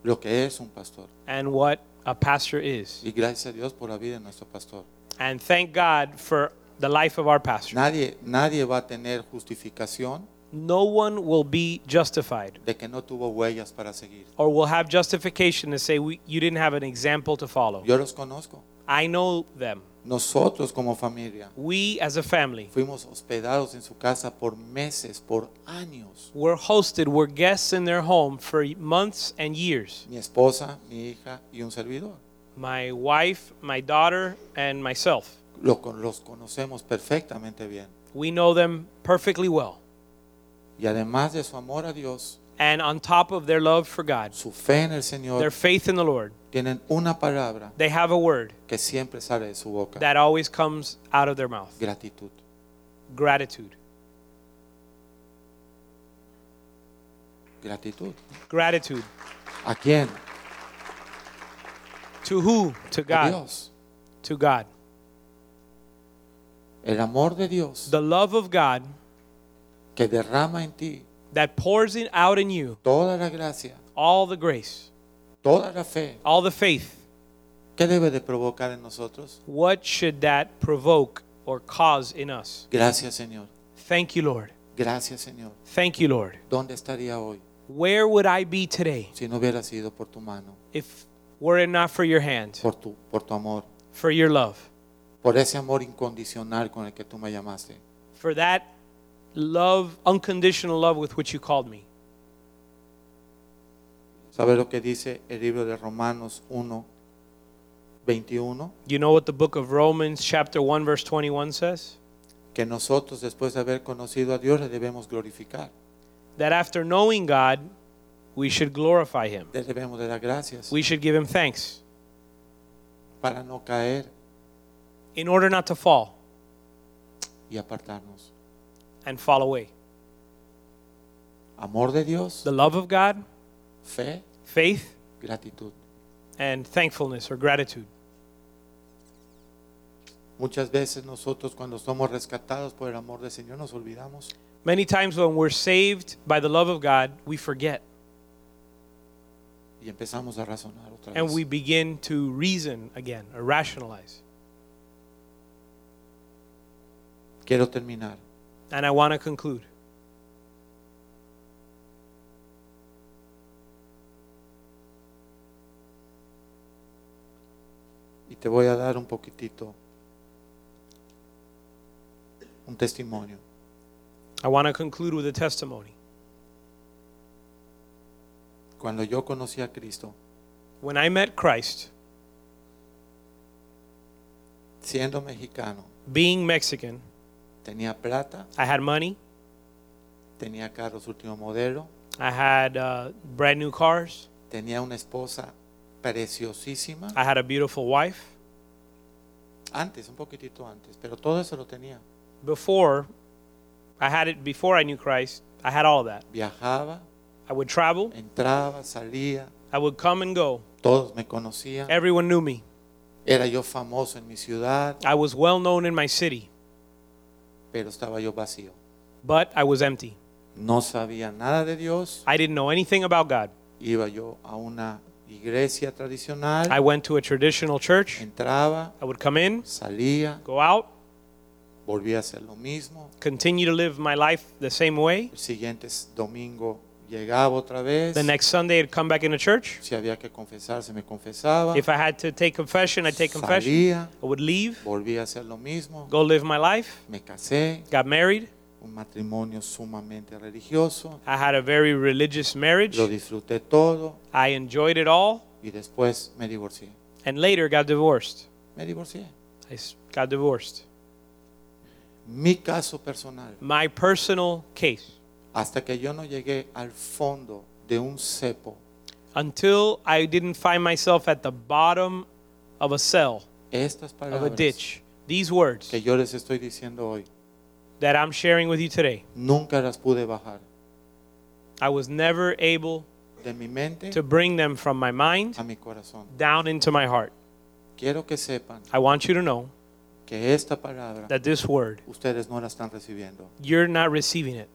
D: lo que es un pastor.
E: and what a pastor is.
D: Y gracias a Dios por la vida de nuestro pastor.
E: And thank God for the life of our pastor.
D: Nadie, nadie va a tener justificación
E: No one will be justified
D: de que no tuvo huellas para seguir.
E: or will have justification to say we, you didn't have an example to follow.
D: Yo los conozco.
E: I know them.
D: Nosotros como familia
E: We as a family
D: fuimos hospedados en su casa por meses, por años.
E: were hosted, were guests in their home for months and years.
D: Mi esposa, mi hija y un servidor.
E: My wife, my daughter, and myself.
D: Lo con- los conocemos perfectamente bien.
E: We know them perfectly well.
D: Y además de su amor a Dios,
E: And on top of their love for God,
D: su fe en el
E: their
D: Señor,
E: faith in the Lord,
D: tienen una palabra
E: they have a word
D: que siempre sale de su boca.
E: that always comes out of their mouth
D: Gratitud.
E: gratitude.
D: Gratitud.
E: Gratitude.
D: ¿A quién?
E: To who? To
D: A
E: God.
D: Dios.
E: To God.
D: El amor de Dios
E: The love of God
D: que derrama en ti
E: that pours it out in you
D: toda la gracia,
E: all the grace,
D: toda la fe.
E: all the faith.
D: ¿Qué debe de provocar en nosotros?
E: What should that provoke or cause in us?
D: Gracias, Señor.
E: Thank you, Lord.
D: Gracias, Señor.
E: Thank you, Lord.
D: ¿Dónde estaría hoy
E: Where would I be today
D: si no hubiera sido por tu mano,
E: if were it not for your hand,
D: por tu, por tu amor,
E: for your love,
D: por ese amor incondicional con el que tú me llamaste?
E: for that love, unconditional love with which you called me?
D: ¿Sabes lo que dice el libro de Romanos 1, 21?
E: You know what the book of Romans, chapter 1, verse 21 says?
D: Que nosotros, después de haber conocido a Dios, le debemos glorificar,
E: That after knowing God, we should glorify him.
D: le debemos de dar gracias
E: We should give him thanks
D: para no caer
E: in order not to fall
D: y apartarnos.
E: and fall away.
D: Amor de Dios,
E: The love of God,
D: fe,
E: faith,
D: gratitud.
E: and thankfulness or gratitude.
D: Muchas veces nosotros cuando somos rescatados por el amor del Señor nos olvidamos.
E: Many times when we're saved by the love of God, we forget
D: y empezamos a razonar otra
E: and
D: vez.
E: we begin to reason again or rationalize.
D: Quiero terminar
E: And I want to conclude
D: y te voy a dar un poquitito un testimonio.
E: I want to conclude with a testimony.
D: Cuando yo conocí a Cristo,
E: When I met Christ,
D: siendo mexicano,
E: being Mexican,
D: tenía plata,
E: I had money,
D: tenía carros último modelo,
E: I had uh, brand new cars,
D: tenía una esposa preciosísima,
E: I had a beautiful wife.
D: antes, un poquitito antes, pero todo eso lo tenía.
E: Before I had it before I knew Christ, I had all that.
D: Viajaba,
E: I would travel,
D: entraba, salía,
E: I would come and go.
D: todos me conocían,
E: Everyone knew me.
D: era yo famoso en mi ciudad,
E: I was well known in my city,
D: pero estaba yo vacío.
E: but I was empty.
D: No sabía nada de Dios,
E: I didn't know anything about God.
D: iba yo a una iglesia tradicional,
E: I went to a traditional church.
D: entraba,
E: I would come in,
D: salía,
E: go out,
D: volvía a hacer lo mismo.
E: continue to live my life the same way.
D: El siguiente s- domingo llegaba otra vez.
E: The next Sunday, I'd come back into church.
D: si había que confesarse, me confesaba.
E: If I had to take confession, I'd take confession.
D: Salía,
E: I would leave,
D: volvía a hacer lo mismo.
E: go live my life.
D: Me casé,
E: Got married.
D: un matrimonio sumamente religioso.
E: I had a very religious marriage.
D: Lo disfruté todo
E: I enjoyed it all,
D: y después me divorcié.
E: and later got divorced.
D: Me divorcié.
E: I s- got divorced.
D: Mi caso personal,
E: My personal case.
D: hasta que yo no llegué al fondo de un cepo,
E: Until I didn't find myself at the bottom of a cell,
D: estas
E: of a
D: palabras
E: ditch. These words
D: que yo les estoy diciendo hoy,
E: that I'm sharing with you today,
D: nunca las pude bajar
E: I was never able
D: de mi mente
E: to bring them from my mind
D: a mi corazón.
E: down into my heart.
D: Quiero que sepan
E: I want you to know
D: que esta palabra
E: that this word,
D: ustedes no la están recibiendo.
E: you're not receiving it.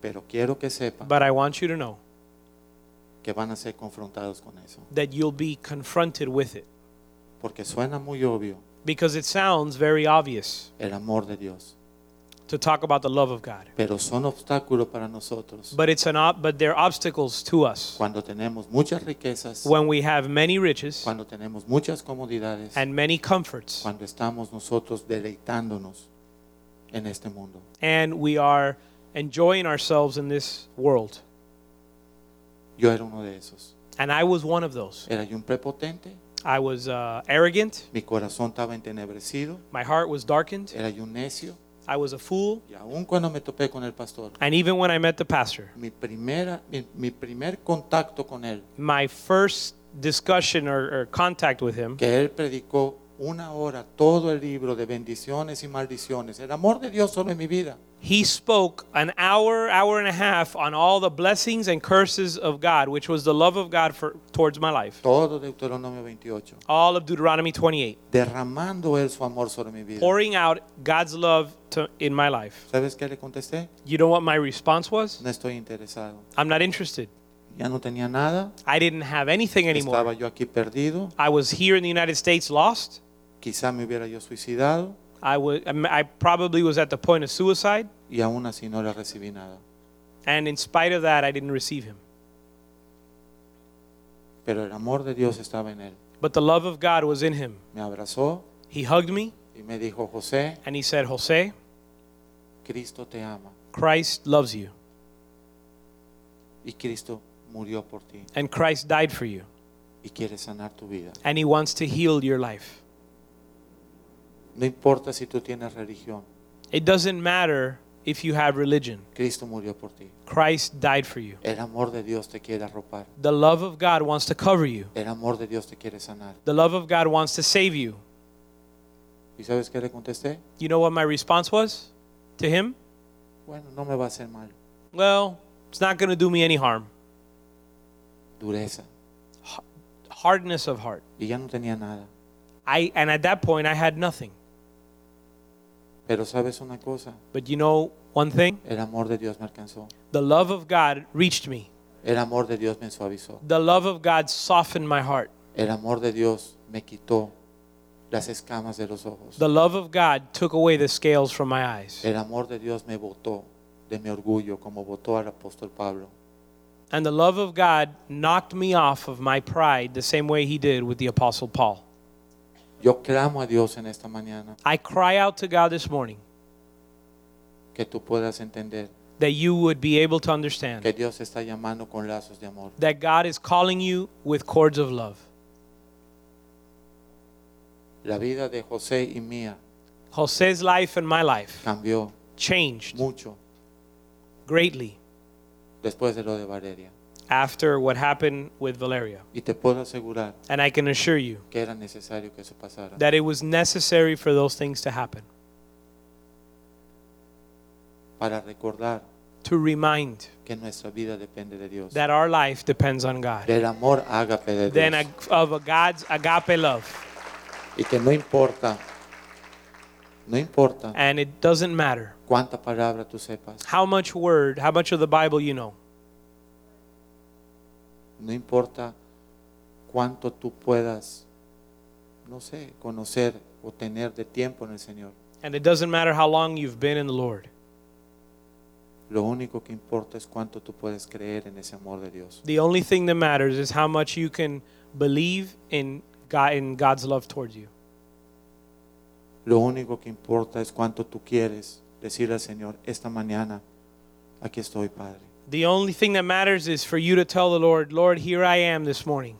D: Pero quiero que sepan
E: But I want you to know
D: que van a ser confrontados con eso.
E: that you'll be confronted with it
D: Porque suena muy obvio
E: because it sounds very obvious
D: el amor de Dios.
E: to talk about the love of God.
D: pero son obstáculos para nosotros.
E: But it's an ob- but they're obstacles to us.
D: Cuando tenemos muchas riquezas,
E: When we have many riches
D: cuando tenemos muchas comodidades,
E: and many comforts
D: cuando estamos nosotros deleitándonos en este mundo.
E: and we are enjoying ourselves in this world.
D: Yo era uno de esos.
E: And I was one of those.
D: Era yo un prepotente,
E: I was uh, arrogant.
D: mi corazón estaba entenebrecido,
E: My heart was darkened.
D: era yo un necio,
E: I was a fool.
D: y aun cuando me topé con el pastor,
E: And even when I met the pastor,
D: mi, primera, mi, mi primer contacto con él,
E: my first discussion or, or contact with him,
D: que él predicó una hora todo el libro de bendiciones y maldiciones, el amor de Dios sobre mi vida.
E: he spoke an hour, hour and a half on all the blessings and curses of God, which was the love of God for, towards my life.
D: Todo Deuteronomio 28.
E: All of Deuteronomy 28,
D: Derramando él su amor sobre mi vida.
E: pouring out God's love to, in my life.
D: ¿Sabes qué le contesté?
E: You know what my response was?
D: No estoy interesado.
E: I'm not interested.
D: Ya no tenía nada.
E: I didn't have anything
D: Estaba
E: anymore.
D: yo aquí perdido.
E: I was here in the United States lost.
D: Quizá me hubiera yo suicidado.
E: I, was, I probably was at the point of suicide.
D: Y aún así no le recibí nada.
E: And in spite of that, I didn't receive him.
D: Pero el amor de Dios estaba en él.
E: But the love of God was in him.
D: Me abrazó
E: He hugged me
D: y me dijo, José,
E: and he said, Jose,
D: Cristo te ama.
E: Christ loves you
D: Y Cristo murió por ti.
E: and Christ died for you
D: Y quiere sanar tu vida.
E: and he wants to heal your life.
D: No importa si tú tienes religión.
E: It doesn't matter if you have religion,
D: Cristo murió por ti.
E: Christ died for you.
D: El amor de Dios te quiere arropar.
E: The love of God wants to cover you,
D: El amor de Dios te quiere sanar.
E: the love of God wants to save you.
D: ¿Y sabes qué le contesté?
E: You know what my response was to him?
D: Bueno, no me va a hacer mal.
E: Well, it's not going to do me any harm.
D: Dureza.
E: Hardness of heart.
D: Y ya no tenía nada.
E: I and at that point I had nothing.
D: Pero sabes una cosa,
E: But you know one thing?
D: el amor de Dios me alcanzó.
E: The love of God reached me.
D: El amor de Dios me suavizó.
E: The love of God softened my heart.
D: El amor de Dios me quitó las escamas de los ojos.
E: The love of God took away the scales from my eyes.
D: El amor de Dios me botó de mi orgullo como botó al apóstol Pablo.
E: And the love of God knocked me off of my pride the same way he did with the Apostle Paul.
D: Yo clamo a Dios en esta mañana
E: I cry out to God this morning
D: que tú puedas entender
E: that you would be able to
D: que
E: understand
D: Dios te está llamando con lazos de amor.
E: that God is calling you with cords of love.
D: La vida de José y mía
E: Jose's life and my life
D: cambió
E: changed
D: mucho
E: greatly
D: después de lo de Valeria.
E: after what happened with Valeria.
D: Y te puedo asegurar
E: And I can assure you
D: que era necesario que eso pasara.
E: that it was necessary for those things to happen
D: para recordar
E: to remind
D: que nuestra vida depende de Dios.
E: that our life depends on God.
D: del amor ágape de
E: Then
D: Dios.
E: a- of a God's agape love.
D: Y que no importa, no importa
E: And it doesn't matter
D: cuánta palabra tú sepas,
E: how much word, how much of the Bible you know.
D: no importa cuánto tú puedas, no sé, conocer o tener de tiempo en el Señor.
E: And it doesn't matter how long you've been in the Lord.
D: Lo único que importa es cuánto tú puedes creer en ese amor de Dios.
E: The only thing that matters is how much you can believe in God in God's love towards you.
D: Lo único que importa es cuánto tú quieres decirle al Señor esta mañana, aquí estoy, Padre.
E: The only thing that matters is for you to tell the Lord, Lord, here I am this morning.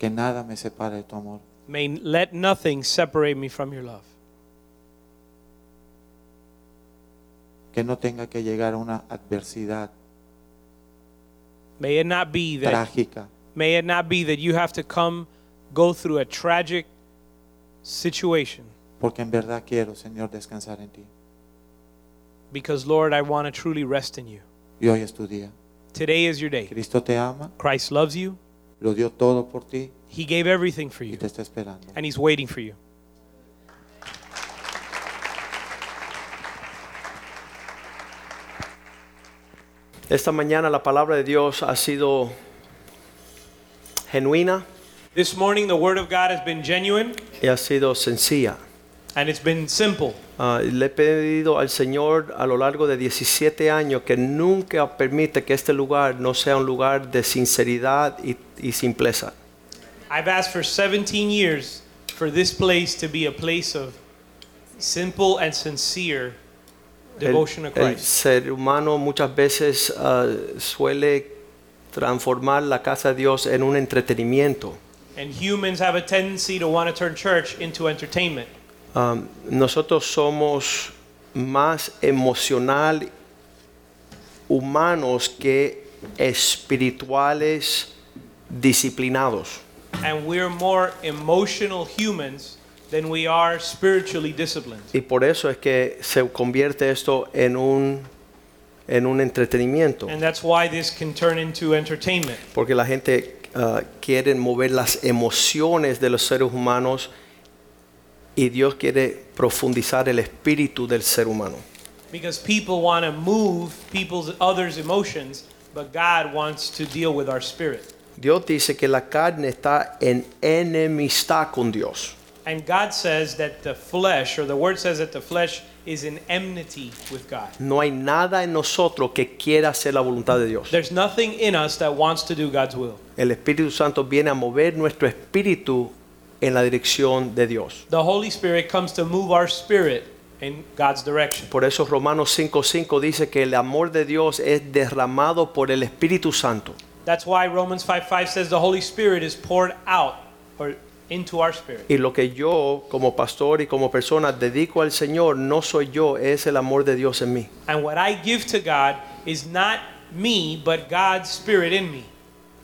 D: Que nada me separe de tu amor.
E: May let nothing separate me from your love.
D: que no tenga que llegar a una adversidad
E: May it not be that
D: trágica
E: may it not be that you have to come go through a tragic situation
D: porque en verdad quiero Señor descansar en ti
E: because Lord, I want to truly rest in you.
D: y hoy es tu día
E: Today is your day.
D: Cristo te ama
E: Christ loves you.
D: lo dio todo por ti
E: He gave everything for
D: y
E: you,
D: te está esperando
E: and He's waiting for you.
C: Esta mañana la palabra de Dios ha sido genuina
E: This morning, the Word of God has been genuine
C: y ha sido sencilla.
E: and it's been simple.
C: Ah, le he pedido al Señor a lo largo de 17 años que nunca permite que este lugar no sea un lugar de sinceridad y, y simpleza.
E: I've asked for 17 years for this place to be a place of simple and sincere
C: El,
E: devotion to
C: el
E: Christ.
C: ser humano muchas veces ah, suele transformar la casa de Dios en un entretenimiento.
E: And humans have a tendency to want to turn church into entertainment.
C: Um, nosotros somos más emocional humanos que espirituales disciplinados.
E: And we're more emotional humans than we are spiritually disciplined.
C: Y por eso es que se convierte esto en un, en un entretenimiento.
E: And that's why this can turn into entertainment.
C: Porque la gente ah, quiere mover las emociones de los seres humanos y Dios quiere profundizar el espíritu del ser humano.
E: Because people want to move people's others' emotions, but God wants to deal with our spirit.
C: Dios dice que la carne está en enemistad con Dios.
E: And God says that the flesh, or the word says that the flesh is in enmity with God.
C: No hay nada en nosotros que quiera hacer la voluntad de Dios.
E: There's nothing in us that wants to do God's will.
C: El Espíritu Santo viene a mover nuestro espíritu en la dirección de Dios.
E: The Holy Spirit comes to move our spirit in God's direction.
C: Por eso Romanos 5:5 dice que el amor de Dios es derramado por el Espíritu Santo.
E: That's why Romans 5 5 says the Holy Spirit is poured out or into our spirit.
C: Y lo que yo como pastor y como persona dedico al Señor no soy yo, es el amor de Dios en mí.
E: And what I give to God is not me, but God's spirit in me.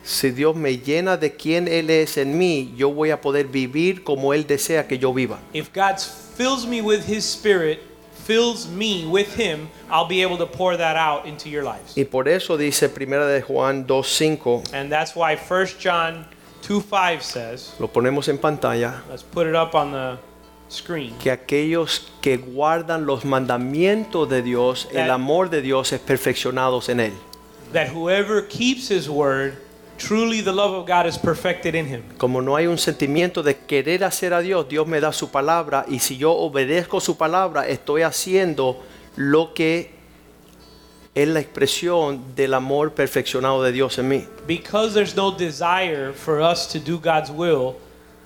C: Si Dios me llena de quien Él es en mí, yo voy a poder vivir como Él desea que yo viva.
E: If God fills me with his spirit, fills me with him, I'll be able to pour that out into your lives.
C: Y por eso dice Primera de Juan 2:5,
E: And that's why 1 John 2 5 says,
C: lo ponemos en pantalla.
E: let's put it up on the screen.
C: que aquellos que guardan los mandamientos de Dios, el amor de Dios es perfeccionados en él.
E: that whoever keeps his word, truly the love of God is perfected in him.
C: Como no hay un sentimiento de querer hacer a Dios, Dios me da su palabra y si yo obedezco su palabra, estoy haciendo lo que es la expresión del amor perfeccionado de Dios en mí.
E: Because there's no desire for us to do God's will,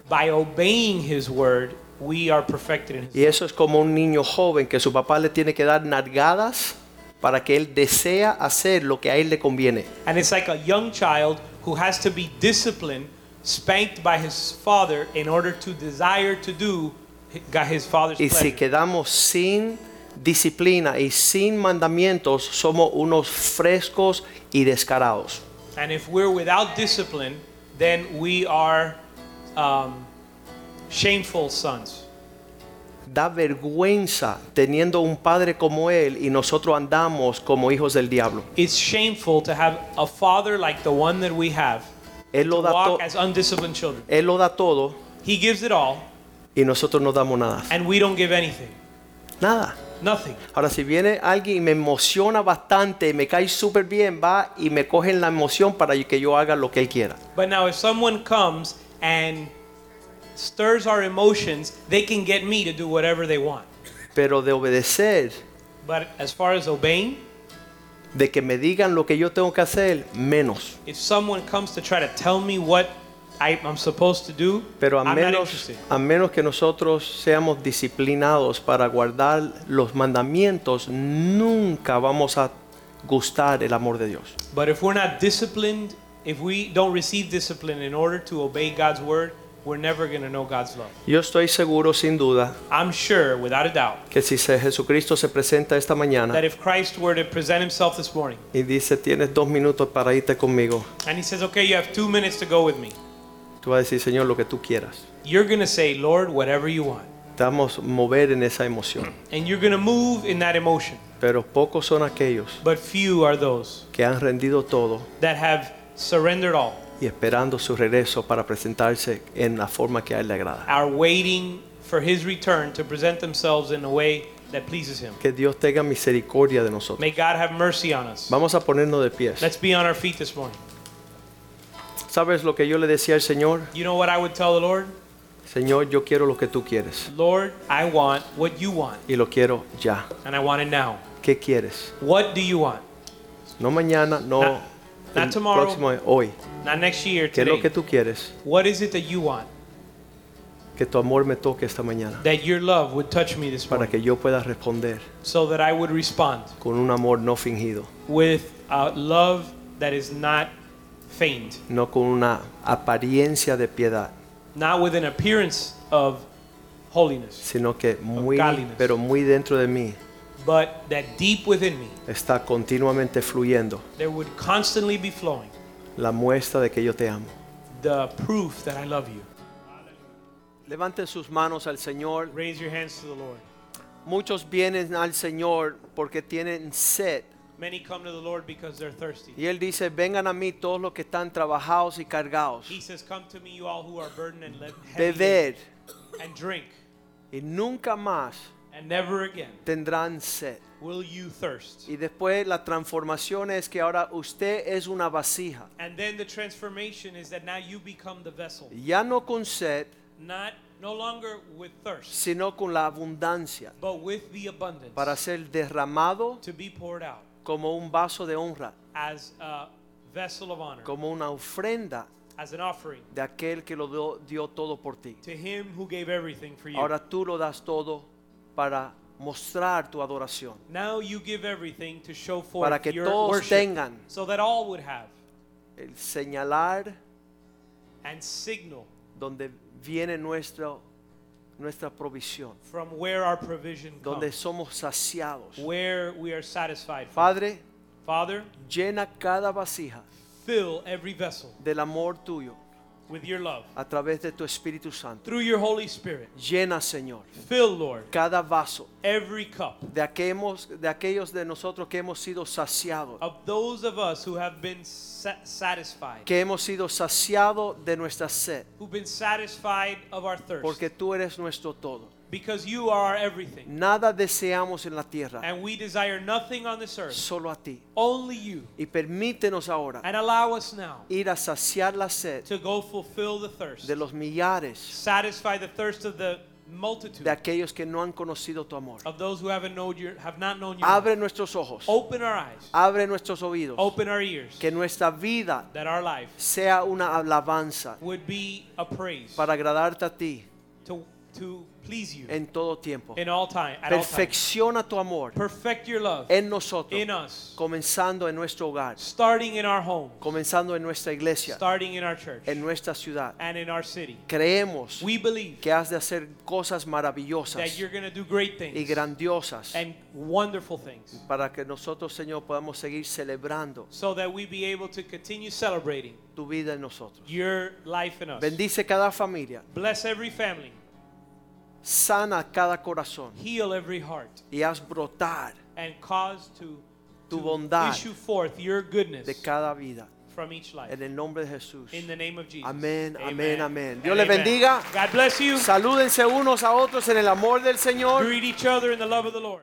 E: by obeying his word, we are perfected in his.
C: Y eso es como un niño joven que su papá le tiene que dar nalgadas para que él desea hacer lo que a él le conviene.
E: And it's like a young child who has to be disciplined, spanked by his father in order to desire to do hi- God- his father's
C: Y si
E: pleasure.
C: quedamos sin disciplina y sin mandamientos, somos unos frescos y descarados.
E: And if we're without discipline, then we are um, shameful sons.
C: Da vergüenza teniendo un padre como él y nosotros andamos como hijos del diablo.
E: It's shameful to have a father like the one that we have
C: Él lo da, to-
E: walk as undisciplined children.
C: él lo da todo
E: He gives it all,
C: y nosotros no damos nada.
E: and we don't give anything.
C: Nada.
E: Nothing.
C: Ahora, si viene alguien y me emociona bastante, me cae súper bien, va y me cogen la emoción para que yo haga lo que él quiera.
E: But now, if someone comes and stirs our emotions, they can get me to do whatever they want.
C: Pero de obedecer,
E: But as far as obeying,
C: de que me digan lo que yo tengo que hacer, menos.
E: if someone comes to try to tell me what I, I'm supposed to do,
C: Pero a
E: I'm not
C: menos,
E: interested.
C: a menos que nosotros seamos disciplinados para guardar los mandamientos, nunca vamos a gustar el amor de Dios.
E: But if we're not disciplined, if we don't receive discipline in order to obey God's word, we're never going to know God's love.
C: Yo estoy seguro, sin duda,
E: I'm sure, without a doubt,
C: que si se- Jesucristo se presenta esta mañana
E: that if Christ were to present himself this morning
C: y dice, tienes dos minutos para irte conmigo,
E: and he says, okay, you have two minutes to go with me,
C: tú vas a decir, Señor, lo que tú quieras.
E: you're going to say, Lord, whatever you want.
C: Te vamos a mover en esa emoción.
E: And you're going to move in that emotion.
C: Pero pocos son aquellos
E: But few are those
C: que han rendido todo
E: that have surrendered all,
C: y esperando su regreso para presentarse en la forma que a Él le agrada.
E: are waiting for his return to present themselves in a way that pleases him.
C: Que Dios tenga misericordia de nosotros.
E: May God have mercy on us.
C: Vamos a ponernos de pie.
E: Let's be on our feet this morning.
C: ¿Sabes lo que yo le decía al Señor?
E: You know what I would tell the Lord?
C: Señor, yo quiero lo que tú quieres
E: Lord, I want what you want,
C: y lo quiero ya.
E: and I want it now.
C: ¿Qué quieres?
E: What do you want?
C: No mañana, no
E: Not- not
C: Oh, el
E: tomorrow.
C: próximo, día, hoy.
E: Not next year,
C: ¿Qué es lo que
E: today.
C: tú quieres?
E: What is it that you want?
C: Que tu amor me toque esta mañana
E: That your love would touch me this
C: para
E: morning
C: que yo pueda responder
E: so that I would respond
C: con un amor no fingido,
E: with a love that is not feigned,
C: no con una apariencia de piedad,
E: not with an appearance of holiness,
C: sino que muy,
E: godliness.
C: pero muy dentro de mí
E: but that deep within me
C: está continuamente fluyendo
E: there would constantly be flowing
C: la muestra de que yo te amo.
E: the proof that I love you.
C: Levanten sus manos al Señor.
E: Raise your hands to the Lord.
C: Muchos vienen al Señor porque tienen sed.
E: Many come to the Lord because they're thirsty.
C: Y Él dice, vengan a mí todos los que están trabajados y cargados.
E: He says, Come to me, you all who are burdened and le- heavy laden,
C: Beber
E: and drink,
C: y nunca más
E: and never again
C: tendrán sed.
E: will you thirst.
C: Y después la transformación es que ahora usted es una vasija.
E: And then the transformation is that now you become the vessel,
C: Ya no con sed,
E: not no longer with thirst,
C: sino con la abundancia.
E: but with the abundance
C: Para ser derramado
E: to be poured out
C: como un vaso de honra,
E: as a vessel of honor,
C: como una ofrenda
E: as an offering
C: de aquel que lo dio, dio todo por ti.
E: to Him who gave everything for you.
C: Ahora tú lo das todo para mostrar tu adoración.
E: now you give everything to show forth
C: Para que
E: your
C: todos
E: worship,
C: tengan.
E: so that all would have
C: El señalar
E: and signal
C: donde viene nuestro, nuestra provisión,
E: from where our provision
C: donde
E: comes,
C: somos saciados.
E: where we are satisfied. From.
C: Padre,
E: Father,
C: llena cada vasija
E: fill every vessel
C: del amor tuyo
E: with your love
C: a través de tu Espíritu Santo.
E: through your Holy Spirit.
C: Llena, Señor,
E: Fill, Lord,
C: cada vaso
E: every cup
C: de aquellos, de aquellos de nosotros que hemos sido saciados,
E: of those of us who have been sa- satisfied,
C: que hemos sido saciados de nuestra sed,
E: who've been satisfied of our thirst,
C: porque tú eres nuestro todo.
E: because you are our everything,
C: Nada deseamos en la tierra,
E: and we desire nothing on this earth,
C: solo a ti.
E: only you.
C: Y permítenos ahora
E: And allow us now
C: ir a saciar la sed
E: to go fulfill the thirst,
C: de los millares
E: satisfy the thirst of the multitude
C: de aquellos que no han conocido tu amor.
E: of those who haven't known your, have not known you.
C: Abre nuestros ojos,
E: Open our eyes,
C: abre nuestros oídos,
E: open our ears,
C: que nuestra vida
E: that our life
C: sea una alabanza
E: would be a praise
C: para agradarte a ti
E: to to please you
C: en todo tiempo.
E: in all time. At all time.
C: Perfecciona tu amor
E: Perfect your love
C: en nosotros,
E: in us,
C: comenzando en nuestro hogar,
E: starting in our home,
C: comenzando en nuestra iglesia,
E: starting in our church,
C: en nuestra ciudad.
E: and in our city.
C: Creemos
E: We believe
C: que has de hacer cosas maravillosas
E: that you're going to do great
C: y
E: things
C: grandiosas
E: and wonderful things
C: para que nosotros, Señor, podamos seguir celebrando
E: so that we be able to continue celebrating
C: tu vida en nosotros.
E: your life in us.
C: Bendice cada familia,
E: Bless every family,
C: sana cada corazón
E: heal every heart,
C: y haz brotar
E: and cause to,
C: Tu
E: to
C: bondad
E: issue forth your goodness
C: de cada vida.
E: from each life.
C: En el nombre de Jesús.
E: In the name of Jesus.
C: Amén, amén, amén.
E: And
C: Dios le
E: amen.
C: bendiga.
E: God bless you.
C: Salúdense unos a otros en el amor del Señor.
E: Greet each other in the love of the Lord.